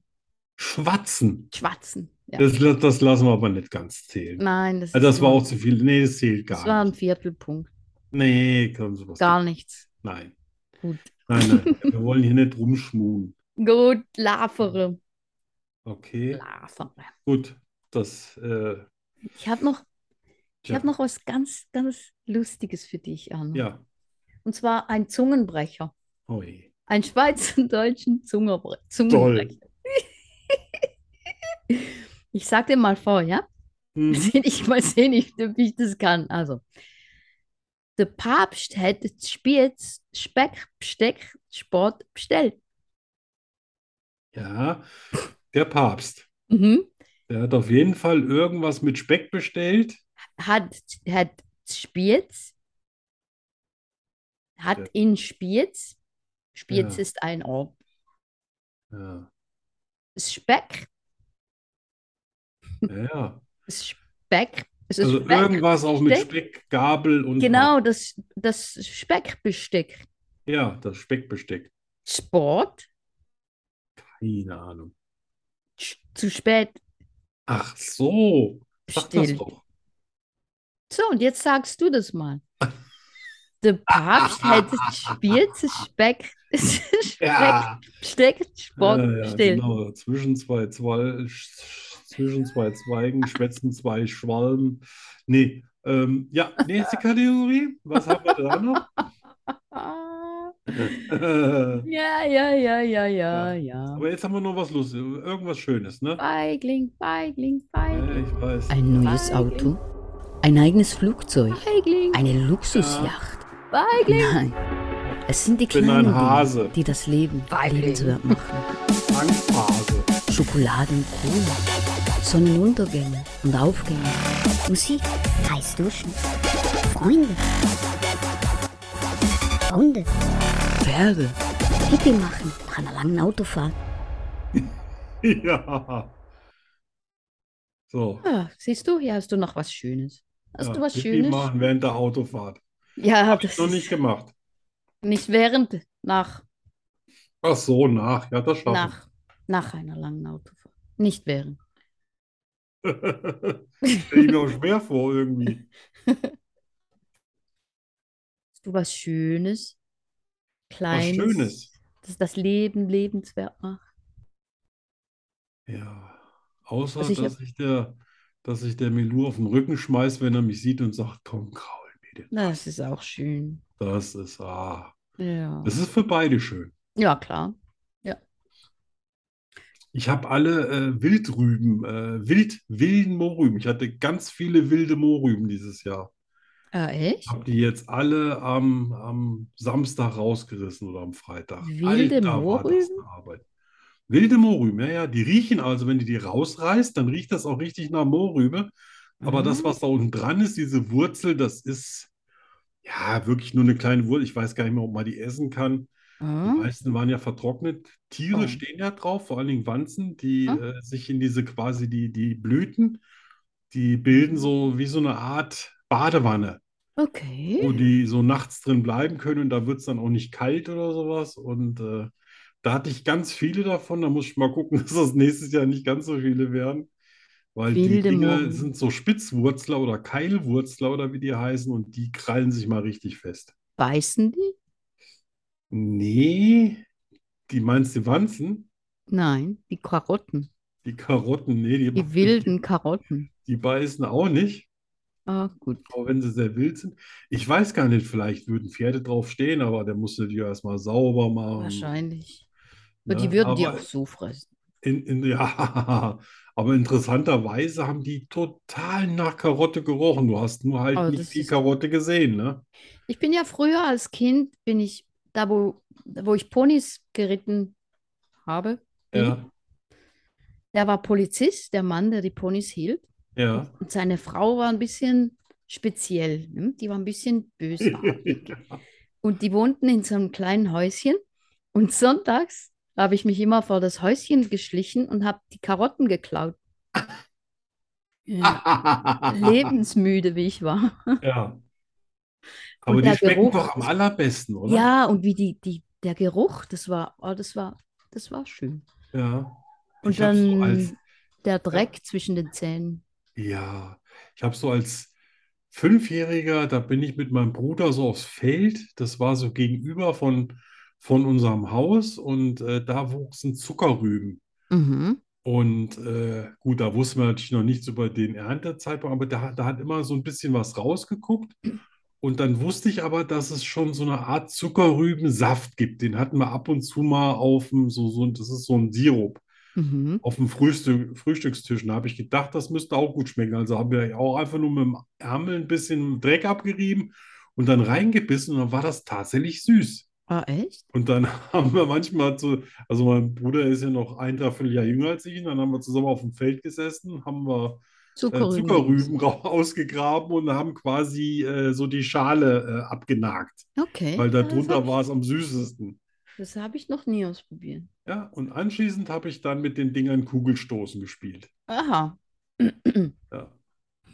schwatzen. Schwatzen. Ja. Das, la- das lassen wir aber nicht ganz zählen. Nein, das Also ist das war nur- auch zu viel. Nee, das zählt das gar war ein nicht. Viertelpunkt. Nee, komm, sowas. Gar nichts. Nein, Gut. nein, nein. Wir wollen hier nicht rumschmuhen. Gut, Lafere. Okay. Lafere. Gut, das, äh, Ich habe noch Ich tja, habe noch was ganz, ganz Lustiges für dich, Arno. ja, Oh Und zwar ein Zungenbrecher. oi. Ein schweizerdeutschen Zungenbre Zungenbrecher. Ich sag dir mal vor, ja? Hm, Seh Ich mal sehen, ich, ob ich das kann. Also, der Papst hätte Spitz, Speck, Besteck, Sport bestellt. ja, der Papst, Mhm. der hat auf jeden Fall irgendwas mit Speck bestellt. Hat, hat Spitz, hat Ja. in Spitz, Spitz Ja. ist ein Ort, Ja, Speck ja, ja. Speck. Es ist Also Speck. irgendwas auch mit Speck? Speck, Gabel und Genau, das, das Speckbesteck. Ja, das Speckbesteck. Sport, Keine Ahnung. sch- zu spät Ach so, sag das bestellt. doch. So, und jetzt sagst du das mal. Der Papst hätte spielt Speck, Speck, Ja, Steck, Sport ja, ja, bestellt. genau. Zwischen zwei, zwei, zwischen zwei Zweigen, schwätzen zwei Schwalben. Nee, ähm, ja, nächste Kategorie. Was haben wir da noch? genau. Ah, Äh, ja, ja, ja, ja, ja, Ja. ja. Aber jetzt haben wir noch was Lustiges, irgendwas Schönes, ne? Feigling, Feigling, Ja, Feigling, ich weiß. Ein neues Auto, ein eigenes Flugzeug, Feigling, eine Luxusjacht. Feigling. Nein, es sind die bin ein kleinen Dinge, Hase. die das Leben lebenswert machen. Angsthase. Schokolade und Cola, Sonnenuntergänge und Aufgänge, Musik, heiß duschen, Freunde, Hunde, Pferde, Pipi machen nach einer langen Autofahrt. Ja. So. Ah, siehst du, hier hast du noch was Schönes. Hast ja, du was Pipi Schönes? machen während der Autofahrt. Ja, Habe ich das noch ist nicht gemacht. nicht während, nach, Ach so, nach. Ja, das schaffen. nach, nach einer langen Autofahrt. Nicht während. Stelle ich mir auch schwer vor irgendwie. Hast du was Schönes? Was Kleines, Schönes. das das Leben lebenswert macht. Ja. Außer, Also ich hab- dass ich der, dass ich der Melu auf den Rücken schmeißt, wenn er mich sieht und sagt, komm, kraul mir den. Na, Das ist auch schön. Das ist, ah. Ja. Das ist für beide schön. Ja, klar. Ich habe alle äh, Wildrüben, äh, wild, wilden Mohrrüben. Ich hatte ganz viele wilde Mohrrüben dieses Jahr. Äh, echt? Hab die jetzt alle am, am Samstag rausgerissen oder am Freitag. Wilde Alter, war das Mohrrüben? eine Arbeit. Wilde Mohrrüben, ja, ja. Die riechen also, wenn du die rausreißt, dann riecht das auch richtig nach Mohrrübe. Aber Mhm. das, was da unten dran ist, diese Wurzel, das ist ja wirklich nur eine kleine Wurzel. Ich weiß gar nicht mehr, ob man die essen kann. Die Ah, meisten waren ja vertrocknet. Tiere Oh. stehen ja drauf, vor allen Dingen Wanzen, die Ah. äh, sich in diese quasi die, die Blüten, die bilden so wie so eine Art Badewanne okay. wo Oh, die so nachts drin bleiben können und da wird es dann auch nicht kalt oder sowas. Und äh, da hatte ich ganz viele davon. Da muss ich mal gucken, dass das nächstes Jahr nicht ganz so viele werden. Weil die Wilde Dinger Mohren. sind so Spitzwurzler oder Keilwurzler oder wie die heißen und die krallen sich mal richtig fest. Beißen die? Nee, die meinst du Wanzen? Nein, die Karotten. Die Karotten, nee, die, Die wilden Karotten. die beißen auch nicht, Ah, gut. auch wenn sie sehr wild sind. Ich weiß gar nicht, vielleicht würden Pferde drauf stehen, aber der musste die ja erstmal sauber machen. Wahrscheinlich. Aber ne? die würden die Oh. Aber- auch so fressen. In, in, ja, aber interessanterweise haben die total nach Karotte gerochen. Du hast nur halt Aber nicht Oh, das die ist- Karotte gesehen, ne? Ich bin ja früher als Kind, bin ich, da wo, da wo ich Ponys geritten habe, bin, Ja, da war Polizist, der Mann, der die Ponys hielt. ja. Und seine Frau war ein bisschen speziell. Ne? Die war ein bisschen bösartig. Und die wohnten in so einem kleinen Häuschen. Und sonntags habe ich mich immer vor das Häuschen geschlichen und habe die Karotten geklaut. Oh, Ja, lebensmüde, wie ich war. Ja. Aber Und die der schmecken Geruch. doch am allerbesten, oder? Ja, und wie die, die, der Geruch, das war, oh, das war, das war schön. Ja. Und Ich hab's so dann als, der Dreck zwischen den Zähnen. Ja, ich habe so als Fünfjähriger, da bin ich mit meinem Bruder so aufs Feld. Das war so gegenüber von, von unserem Haus und äh, da wuchsen Zuckerrüben. Mhm. Und äh, gut, da wussten wir natürlich noch nichts über den Erntezeitpunkt, aber da, da hat immer so ein bisschen was rausgeguckt. Und dann wusste ich aber, dass es schon so eine Art Zuckerrübensaft gibt. Den hatten wir ab und zu mal auf dem, so, so, das ist so ein Sirup, Mhm. auf dem Frühstück, Frühstückstisch. Und da habe ich gedacht, das müsste auch gut schmecken. Also haben wir auch einfach nur mit dem Ärmel ein bisschen Dreck abgerieben und dann reingebissen und dann war das tatsächlich süß. Ah, echt? Und dann haben wir manchmal zu, also mein Bruder ist ja noch ein Dreivierteljahr jünger als ich, und dann haben wir zusammen auf dem Feld gesessen, haben wir äh, Zuckerrüben. Zuckerrüben ra- ausgegraben und haben quasi äh, so die Schale äh, abgenagt, Okay. weil da Ja, das hab drunter ich- war es am süßesten. Das habe ich noch nie ausprobiert. Ja, und anschließend habe ich dann mit den Dingern Kugelstoßen gespielt. Aha. Ja.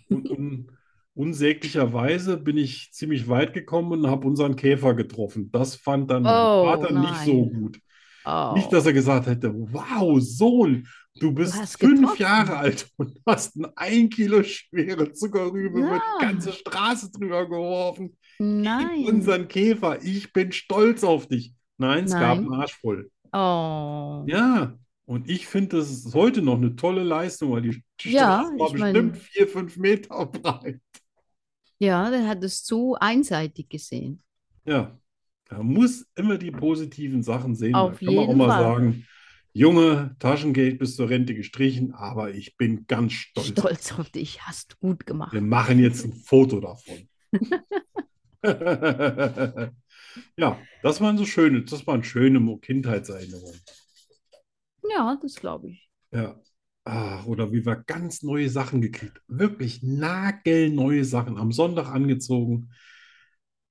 Und un, unsäglicherweise bin ich ziemlich weit gekommen und habe unseren Käfer getroffen. Das fand dann mein Oh, Vater nicht so nein. gut. Oh. Nicht, dass er gesagt hätte, wow, Sohn, du bist hast fünf getroffen. Jahre alt und hast eine ein Kilo schwere Zuckerrübe über die Ja. ganze Straße drüber geworfen. Nein. Unseren Käfer, ich bin stolz auf dich. Nein, es gab Nein. einen Arsch voll. Oh. Ja, und ich finde, das ist heute noch eine tolle Leistung, weil die Straße Ja, war ich mein- bestimmt vier, fünf Meter breit. Ja, der hat es zu einseitig gesehen. Ja, man muss immer die positiven Sachen sehen. Da Auf kann man auch jeden mal Fall. sagen, Junge, Taschengeld bis zur Rente gestrichen, aber ich bin ganz stolz. Stolz auf dich, hast gut gemacht. Wir machen jetzt ein Foto davon. Ja, das waren so schöne, das waren schöne Mo- Kindheitserinnerungen. Ja, das glaube ich. Ja. Ah, oder wie wir ganz neue Sachen gekriegt. Wirklich nagelneue Sachen. Am Sonntag angezogen.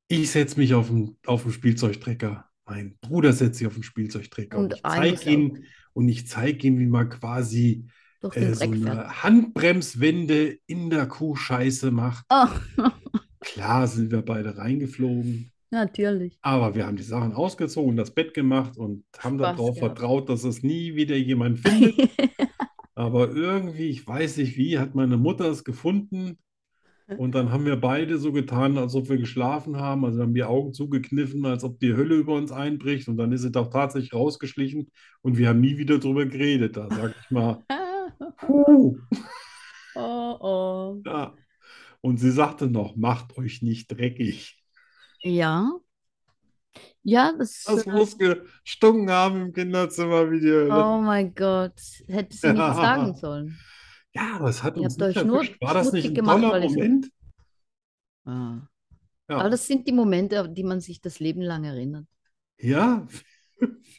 Ich setze mich auf den, auf den Spielzeugtrecker. Mein Bruder setzt sich auf den Spielzeugtrecker. Und Und ich eines zeige ihm, und ich zeig ihm, wie man quasi durch den äh, so Dreck fährt. eine Handbremswende in der Kuhscheiße macht. Oh, Klar sind wir beide reingeflogen. natürlich. Aber wir haben die Sachen ausgezogen, das Bett gemacht und haben Spaß darauf gehabt. vertraut, dass es nie wieder jemand findet. Aber irgendwie, ich weiß nicht wie, hat meine Mutter es gefunden. Und dann haben wir beide so getan, als ob wir geschlafen haben. Also haben die Augen zugekniffen, als ob die Hölle über uns einbricht. Und dann ist sie doch tatsächlich rausgeschlichen und wir haben nie wieder drüber geredet. Da sag ich mal, Ah, puh, oh, oh. ja. Und sie sagte noch, macht euch nicht dreckig. Ja. Ja, das. Das äh, muss gestunken haben im Kinderzimmer wie die Hölle. Oh mein Gott, hättest du nicht sagen sollen. Ja, das hat Ihr uns habt euch nicht nur erwischt. War das schmutzig nicht ein gemacht, toller weil ich- Moment? Ah. Ja. Aber das sind die Momente, an die man sich das Leben lang erinnert. Ja,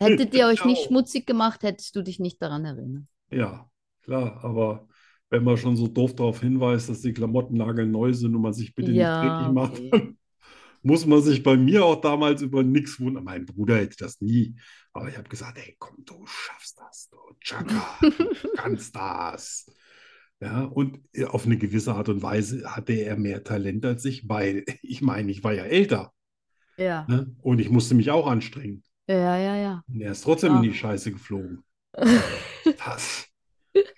Hättet ihr euch Genau. nicht schmutzig gemacht, hättest du dich nicht daran erinnert. Ja, klar, aber wenn man schon so doof darauf hinweist, dass die Klamotten nagelneu sind und man sich bitte nicht Ja, dreckig macht, okay. dann muss man sich bei mir auch damals über nichts wundern. Mein Bruder hätte das nie, aber ich habe gesagt, ey, komm, du schaffst das, du Chaka, du kannst das. Ja, und äh, auf eine gewisse Art und Weise hatte er mehr Talent als ich, weil ich meine, ich war ja älter, Ja, ne? Und ich musste mich auch anstrengen. ja, ja, ja. Und er ist trotzdem in die Ah. Scheiße geflogen. Das.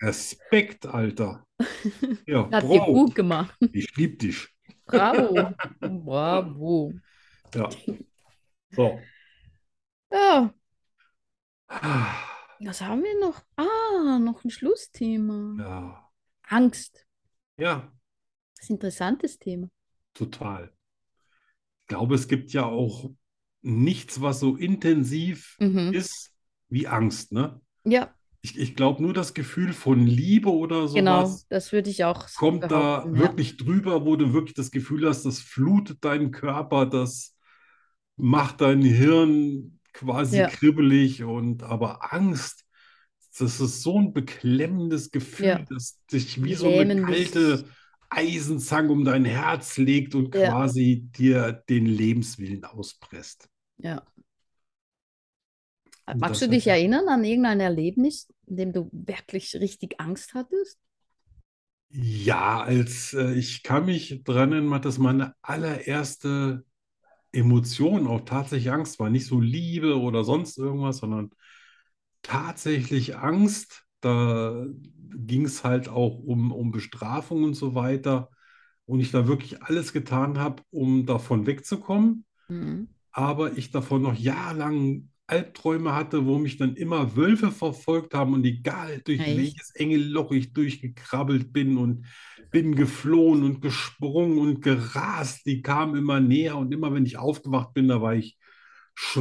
Respekt, Alter. Ja, Hat ihr Bro, gut gemacht. ich lieb dich. Bravo. Bravo. Ja. So. Ja, was haben wir noch? Ah, noch ein Schlussthema. Ja. Angst. Ja, Das ist ein interessantes Thema. total. Ich glaube, es gibt ja auch nichts, was so intensiv Mhm. ist wie Angst, ne? Ja, Ich, ich glaube, nur das Gefühl von Liebe oder genau. sowas Das würde ich auch so kommt da behaupten, ja. wirklich drüber, wo du wirklich das Gefühl hast, das flutet deinen Körper, das macht dein Hirn quasi Ja. kribbelig und aber Angst, das ist so ein beklemmendes Gefühl, Ja. das dich wie so eine Lähmen dich. kalte Eisenzange um dein Herz legt und Ja. quasi dir den Lebenswillen auspresst. Ja. Und Ah, Magst das du hat dich ja- erinnern an irgendein Erlebnis, in dem du wirklich richtig Angst hattest? Ja, als äh, ich kann mich dran erinnern, dass meine allererste Emotion auch tatsächlich Angst war. Nicht so Liebe oder sonst irgendwas, sondern tatsächlich Angst. Da ging es halt auch um, um Bestrafung und so weiter. Und ich da wirklich alles getan habe, um davon wegzukommen Mhm. aber ich davon noch jahrelang Albträume hatte, wo mich dann immer Wölfe verfolgt haben und egal durch Echt? welches enge Loch ich durchgekrabbelt bin und bin geflohen und gesprungen und gerast, die kamen immer näher und immer wenn ich aufgewacht bin, da war ich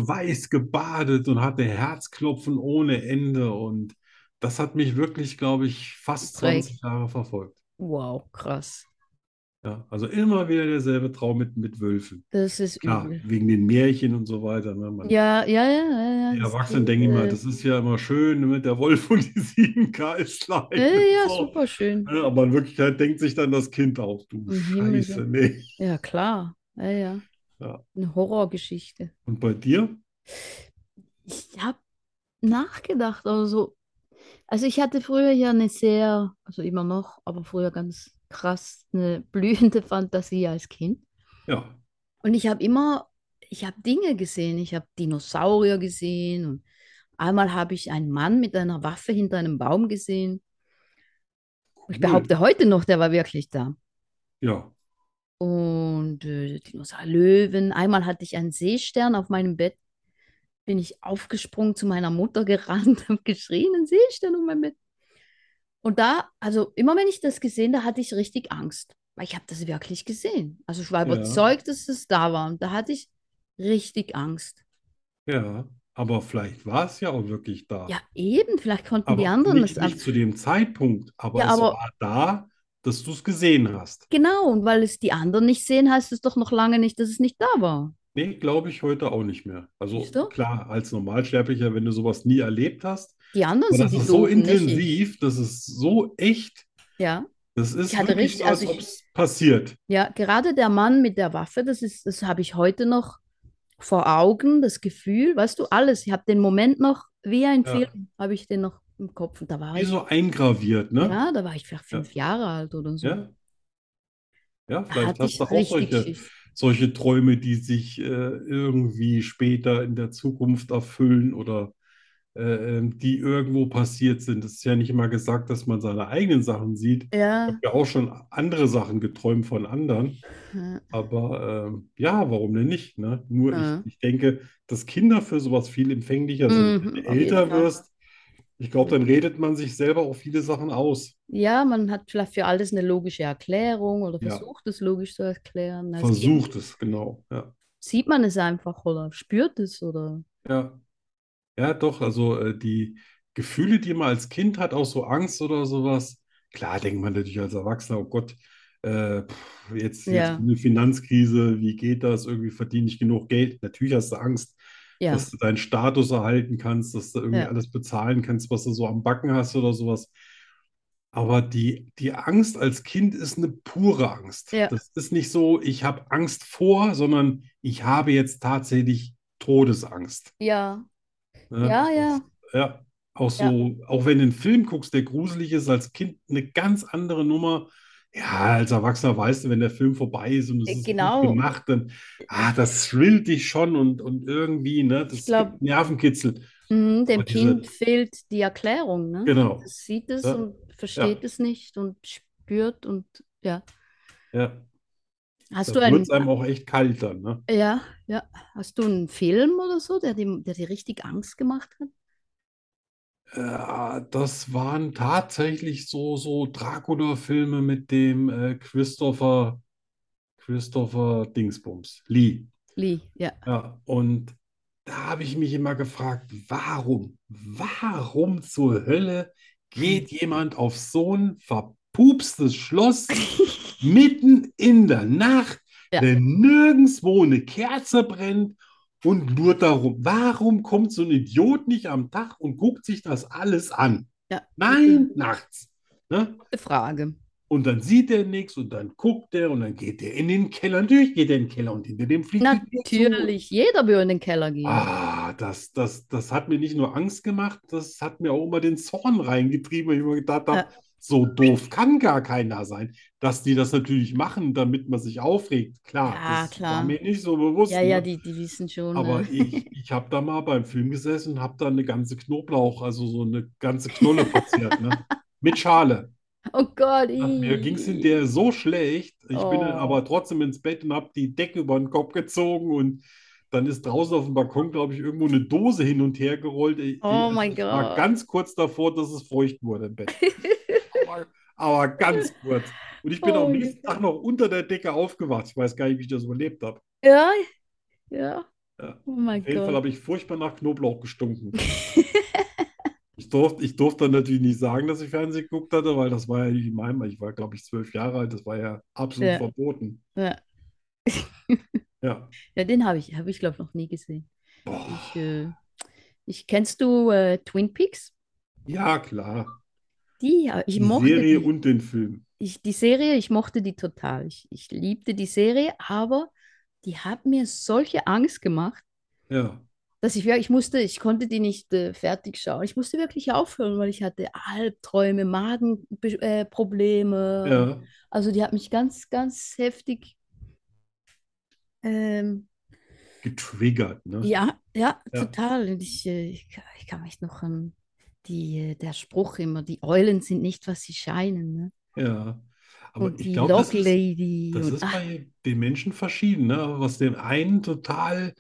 schweißgebadet und hatte Herzklopfen ohne Ende und das hat mich wirklich, glaube ich, fast Geprägt. 20 Jahre verfolgt. Wow, krass. Ja, also immer wieder derselbe Traum mit, mit Wölfen. Das ist Klar, übel. wegen den Märchen und so weiter. Ne? Man, Ja, ja, ja, ja, ja. Die das Erwachsenen klingt, denken immer, äh, das ist ja immer schön ne, mit der Wolf und die sieben Geißlein. äh, ja, So. super schön. Ja, Aber in Wirklichkeit denkt sich dann das Kind auf, du Im Himmel, Scheiße, ja. nee. Ja, klar. Ja, ja. Ja. Eine Horrorgeschichte. Und bei dir? Ich habe nachgedacht, also so. Also ich hatte früher ja eine sehr, also immer noch, aber früher ganz krass, eine blühende Fantasie als Kind. Ja, Und ich habe immer, ich habe Dinge gesehen. Ich habe Dinosaurier gesehen und einmal habe ich einen Mann mit einer Waffe hinter einem Baum gesehen. Und Ich cool. behaupte heute noch, der war wirklich da. Ja, Und äh, Dinosaurier, Löwen. Einmal hatte ich einen Seestern auf meinem Bett. Bin ich aufgesprungen, zu meiner Mutter gerannt, habe geschrien, ein Seestern auf meinem Bett. Und da, also immer wenn ich das gesehen, da hatte ich richtig Angst, weil ich habe das wirklich gesehen. Also ich Ja. war überzeugt, dass es da war. Und da hatte ich richtig Angst. ja. Aber vielleicht war es ja auch wirklich da. Ja, eben, vielleicht konnten die Ah. Aber anderen nicht, das nicht zu dem Zeitpunkt, aber Ja, es aber- war da, dass du es gesehen hast. Genau, und weil es die anderen nicht sehen, heißt es doch noch lange nicht, dass es nicht da war. Nee, glaube ich heute auch nicht mehr. Also Siehst du? klar, als Normalsterblicher, wenn du sowas nie erlebt hast, Die anderen Aber sind das die ist so Doofen, nicht ich. intensiv, das ist so echt, Ja, das ist Ich hatte wirklich richtig- so, als also ich- ob es passiert. ja, gerade der Mann mit der Waffe, das ist, das habe ich heute noch vor Augen, das Gefühl, weißt du, alles. Ich habe den Moment noch, wie ein Ja. Film, habe ich den noch im Kopf. Und da war Wie ich, so eingraviert, ne? ja, da war ich vielleicht fünf Jahre alt oder so. Ja, ja Da vielleicht hatte hast ich du auch richtig solche, Schiss. solche Träume, die sich äh, irgendwie später in der Zukunft erfüllen oder äh, ähm, die irgendwo passiert sind. Es ist ja nicht immer gesagt, dass man seine eigenen Sachen sieht. Ich Ja, habe ja auch schon andere Sachen geträumt von anderen, ja. aber ähm, ja, warum denn nicht? Ne? Nur Ja. ich, ich denke, dass Kinder für sowas viel empfänglicher sind. Wenn Mhm, du auf jeden älter Fall. wirst, ich glaube, dann redet man sich selber auch viele Sachen aus. Ja, man hat vielleicht für alles eine logische Erklärung oder Ja. versucht es logisch zu erklären. Als Kind Versucht es, genau. Ja. sieht man es einfach oder spürt es oder. Ja, ja, doch, also äh, die Gefühle, die man als Kind hat, auch so Angst oder sowas, klar denkt man natürlich als Erwachsener, oh Gott, äh, pff, jetzt, jetzt Ja. eine Finanzkrise, wie geht das? Irgendwie verdiene ich genug Geld. Natürlich hast du Angst, Ja, dass du deinen Status erhalten kannst, dass du irgendwie Ja. alles bezahlen kannst, was du so am Backen hast oder sowas. Aber die, die Angst als Kind ist eine pure Angst. Ja. Das ist nicht so, ich habe Angst vor, sondern ich habe jetzt tatsächlich Todesangst. ja, Ne? ja, ja. Das- ja, auch so, auch wenn du einen Film guckst, der gruselig ist, als Kind eine ganz andere Nummer. Ja, als Erwachsener weißt du, wenn der Film vorbei ist und es Äh, ist gut genau. gemacht, dann, ah, das thrillt dich schon und, und irgendwie, ne, das Ich glaub- gibt Nervenkitzel. Mhm, dem Aber diese- Kind fehlt die Erklärung, ne? Genau. Es sieht es Ja. und versteht es nicht und spürt und ja. Ja, Hast du da wird einen, es einem auch echt kalt dann, ne? ja, ja, hast du einen Film oder so, der dir, der dir richtig Angst gemacht hat? Äh, das waren tatsächlich so, so Dracula-Filme mit dem äh, Christopher, Christopher Dingsbums, Lee. Lee, ja. Ja, und da habe ich mich immer gefragt, warum, warum zur Hölle geht jemand auf so ein verpupstes Schloss mitten in der Nacht, Ja. wenn nirgendwo eine Kerze brennt und lurt darum? Warum kommt so ein Idiot nicht am Tag und guckt sich das alles an? Ja. Nein, nachts. Ne? Gute Frage. Und dann sieht er nichts und dann guckt er und dann geht er in den Keller. Natürlich geht er in den Keller und hinter dem fliegt die Tür zu. Natürlich, jeder will in den Keller gehen. Ah, das, das, das hat mir nicht nur Angst gemacht, das hat mir auch immer den Zorn reingetrieben, weil ich immer gedacht habe, Ja. so doof kann gar keiner sein. Dass die das natürlich machen, damit man sich aufregt, klar, Ja, das klar. war mir nicht so bewusst, Ja, ja, ne? die, die wissen schon. Aber äh, ich, ich habe da mal beim Film gesessen und habe da eine ganze Knoblauch, also so eine ganze Knolle verzehrt, ne? Mit Schale. Oh Gott, Ach, Mir ging es in ih. der so schlecht. Ich bin dann Oh. aber trotzdem ins Bett und habe die Decke über den Kopf gezogen und dann ist draußen auf dem Balkon, glaube ich, irgendwo eine Dose hin und her gerollt. Ich, Oh ich mein war Gott. ganz kurz davor, dass es feucht wurde im Bett. aber, aber ganz kurz. Und ich bin Oh am mein nächsten Tag noch unter der Decke aufgewacht. Ich weiß gar nicht, wie ich das überlebt habe. Ja, ja. Ja. Oh mein Auf jeden Fall Gott. habe ich furchtbar nach Knoblauch gestunken. Ich durfte, ich durfte dann natürlich nicht sagen, dass ich Fernsehen geguckt hatte, weil das war ja nicht in meinem, ich war, glaube ich, zwölf Jahre alt, das war ja absolut Ja. verboten. Ja. Ja. Ja, den habe ich, habe ich, glaube ich, noch nie gesehen. Boah. Ich, äh, ich kennst du äh, Twin Peaks? Ja, klar. Die, äh, ich Die mochte Serie die, und den Film. ich, die Serie, ich mochte die total. Ich, ich liebte die Serie, aber die hat mir solche Angst gemacht, Ja. dass ich wirklich, ich musste, ich konnte die nicht äh, fertig schauen. Ich musste wirklich aufhören, weil ich hatte Albträume, Magenprobleme. Äh, Probleme und Ja. Also die hat mich ganz, ganz heftig. Ähm, Getriggert, ne? ja, ja, Ja. total. Und ich, äh, ich, kann- ich kann mich noch an die, äh, der Spruch immer, die Eulen sind nicht, was sie scheinen. Ne? Ja. Aber Und ich die glaube, das Log ist, Lady das und ist ach, bei den Menschen verschieden, ne? Was dem einen total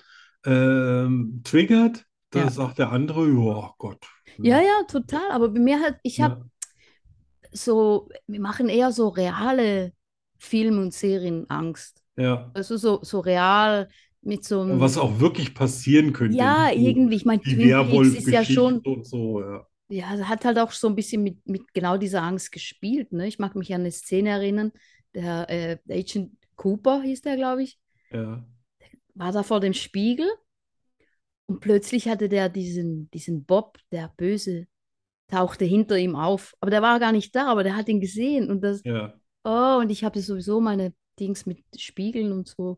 ähm, triggert, da Ja. sagt der andere, ja, Gott. ja, ja, total. Aber bei mir hat, ich habe Mhm. Ja. so, wir machen eher so reale Filme und Serien Angst. Ja. Also so, so real mit so einem, Was auch wirklich passieren könnte. ähm, ja, nicht so- irgendwie, ich meine, Die Twin Peaks ist ja schon. Werwolf-Geschichte und so, ja. Ja, da hat halt auch so ein bisschen mit, mit genau dieser Angst gespielt. Ne? Ich mag mich an eine Szene erinnern, der äh, Agent Cooper hieß der, glaube ich, Ja, war da vor dem Spiegel und plötzlich hatte der diesen, diesen Bob, der böse tauchte hinter ihm auf. Aber der war gar nicht da, aber der hat ihn gesehen. Und das, Ja. oh, und ich habe sowieso meine Dings mit Spiegeln und so.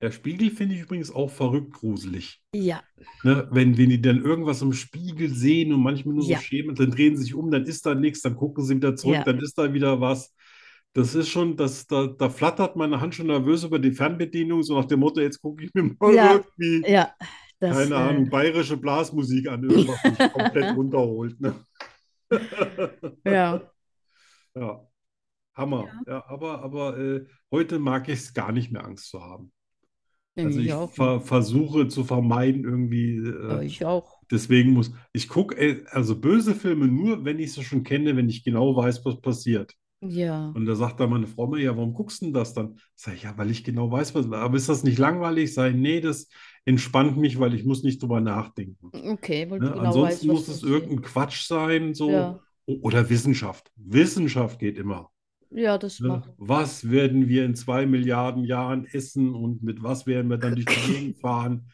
Der Spiegel finde ich übrigens auch verrückt gruselig. Ja, Ne? Wenn, wenn die dann irgendwas im Spiegel sehen und manchmal nur so Ja. schämen, dann drehen sie sich um, dann ist da nichts, dann gucken sie wieder zurück, Ja. dann ist da wieder was. Das ist schon, das, da, da flattert meine Hand schon nervös über die Fernbedienung, so nach dem Motto, jetzt gucke ich mir mal Ja. irgendwie, ja. Das, keine äh, Ahnung, bayerische Blasmusik an, irgendwas mich komplett runterholt. Ne? Also Ja. Ja, Hammer. Ja, aber, aber äh, heute mag ich es gar nicht mehr, Angst zu haben. Finde Also ich ich auch. ver versuche zu vermeiden, irgendwie, äh, Ja, ich auch. deswegen muss, ich gucke also böse Filme nur, wenn ich sie schon kenne, wenn ich genau weiß, was passiert. Ja. Und da sagt dann meine Frau mir, ja, warum guckst du denn das dann? Sag ich, ja, weil ich genau weiß, was, aber ist das nicht langweilig? Sag ich, nee, das entspannt mich, weil ich muss nicht drüber nachdenken. Okay, weil du Ne? genau Ansonsten weißt, was muss es passiert. irgendein Quatsch sein, so. Ja, O- Oder Wissenschaft. Wissenschaft geht immer. ja, das Ne? macht. äh, Was werden wir in zwei Milliarden Jahren essen und mit was werden wir dann durch die Gegend fahren?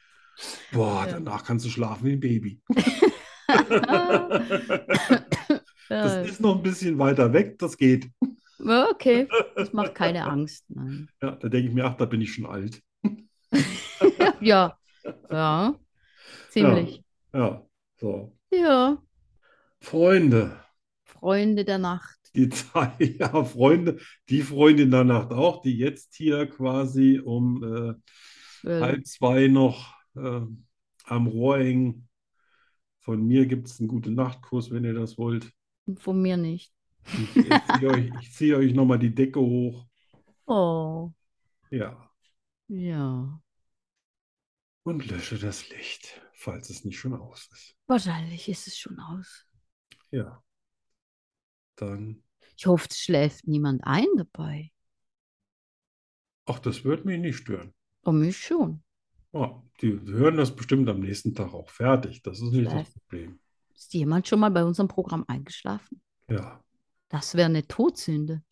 Boah, Ja. danach kannst du schlafen wie ein Baby. Ja, Das ist noch ein bisschen weiter weg, das geht. okay, das macht keine Angst. Nein. Ja, da denke ich mir, ach, da bin ich schon alt. Ja, ja, ziemlich. Ja, so. Ja, Freunde, Freunde der Nacht. die Zeit, ja, Freunde, die Freunde in der Nacht auch, die jetzt hier quasi um äh, Äh, halb zwei noch äh, am Rohr hängen. Von mir gibt es einen Gute-Nacht-Kuss, wenn ihr das wollt. Von mir nicht. Ich, ich ziehe euch, ich zieh euch nochmal die Decke hoch. Oh, Ja. ja, Und lösche das Licht, falls es nicht schon aus ist. wahrscheinlich ist es schon aus. Ja. Dann, Ich hoffe, es schläft niemand ein dabei. ach, das wird mich nicht stören. Oh, mich schon. Ja, die hören das bestimmt am nächsten Tag auch fertig. Das ist nicht das Vielleicht. Problem. Ist jemand schon mal bei unserem Programm eingeschlafen? Ja. Das wäre eine Todsünde.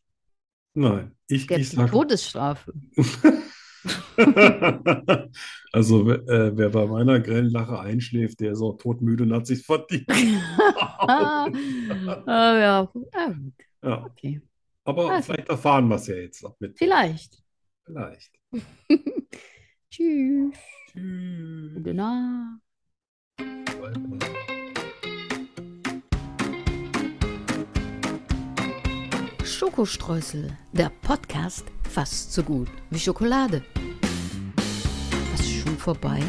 Nein, ich, Gäbe ich die sag. Todesstrafe. Also, wer- äh, wer bei meiner grellen Lache einschläft, der ist auch todmüde und hat sich's verdient. Oh. Ah, ja, ah, gut, Ja, okay. aber Also. vielleicht erfahren wir es ja jetzt ab mit. Vielleicht. Vielleicht. Tschüss. Tschüss. Gute Nacht. Schokostreusel, der Podcast fast so gut wie Schokolade. Was ist schon vorbei?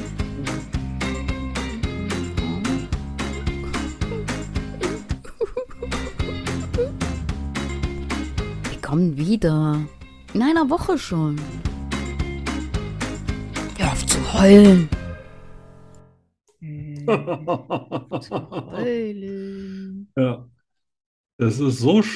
Wir kommen wieder. In einer Woche schon. Hör auf zu heulen. ja, Heulen. das ist so schön.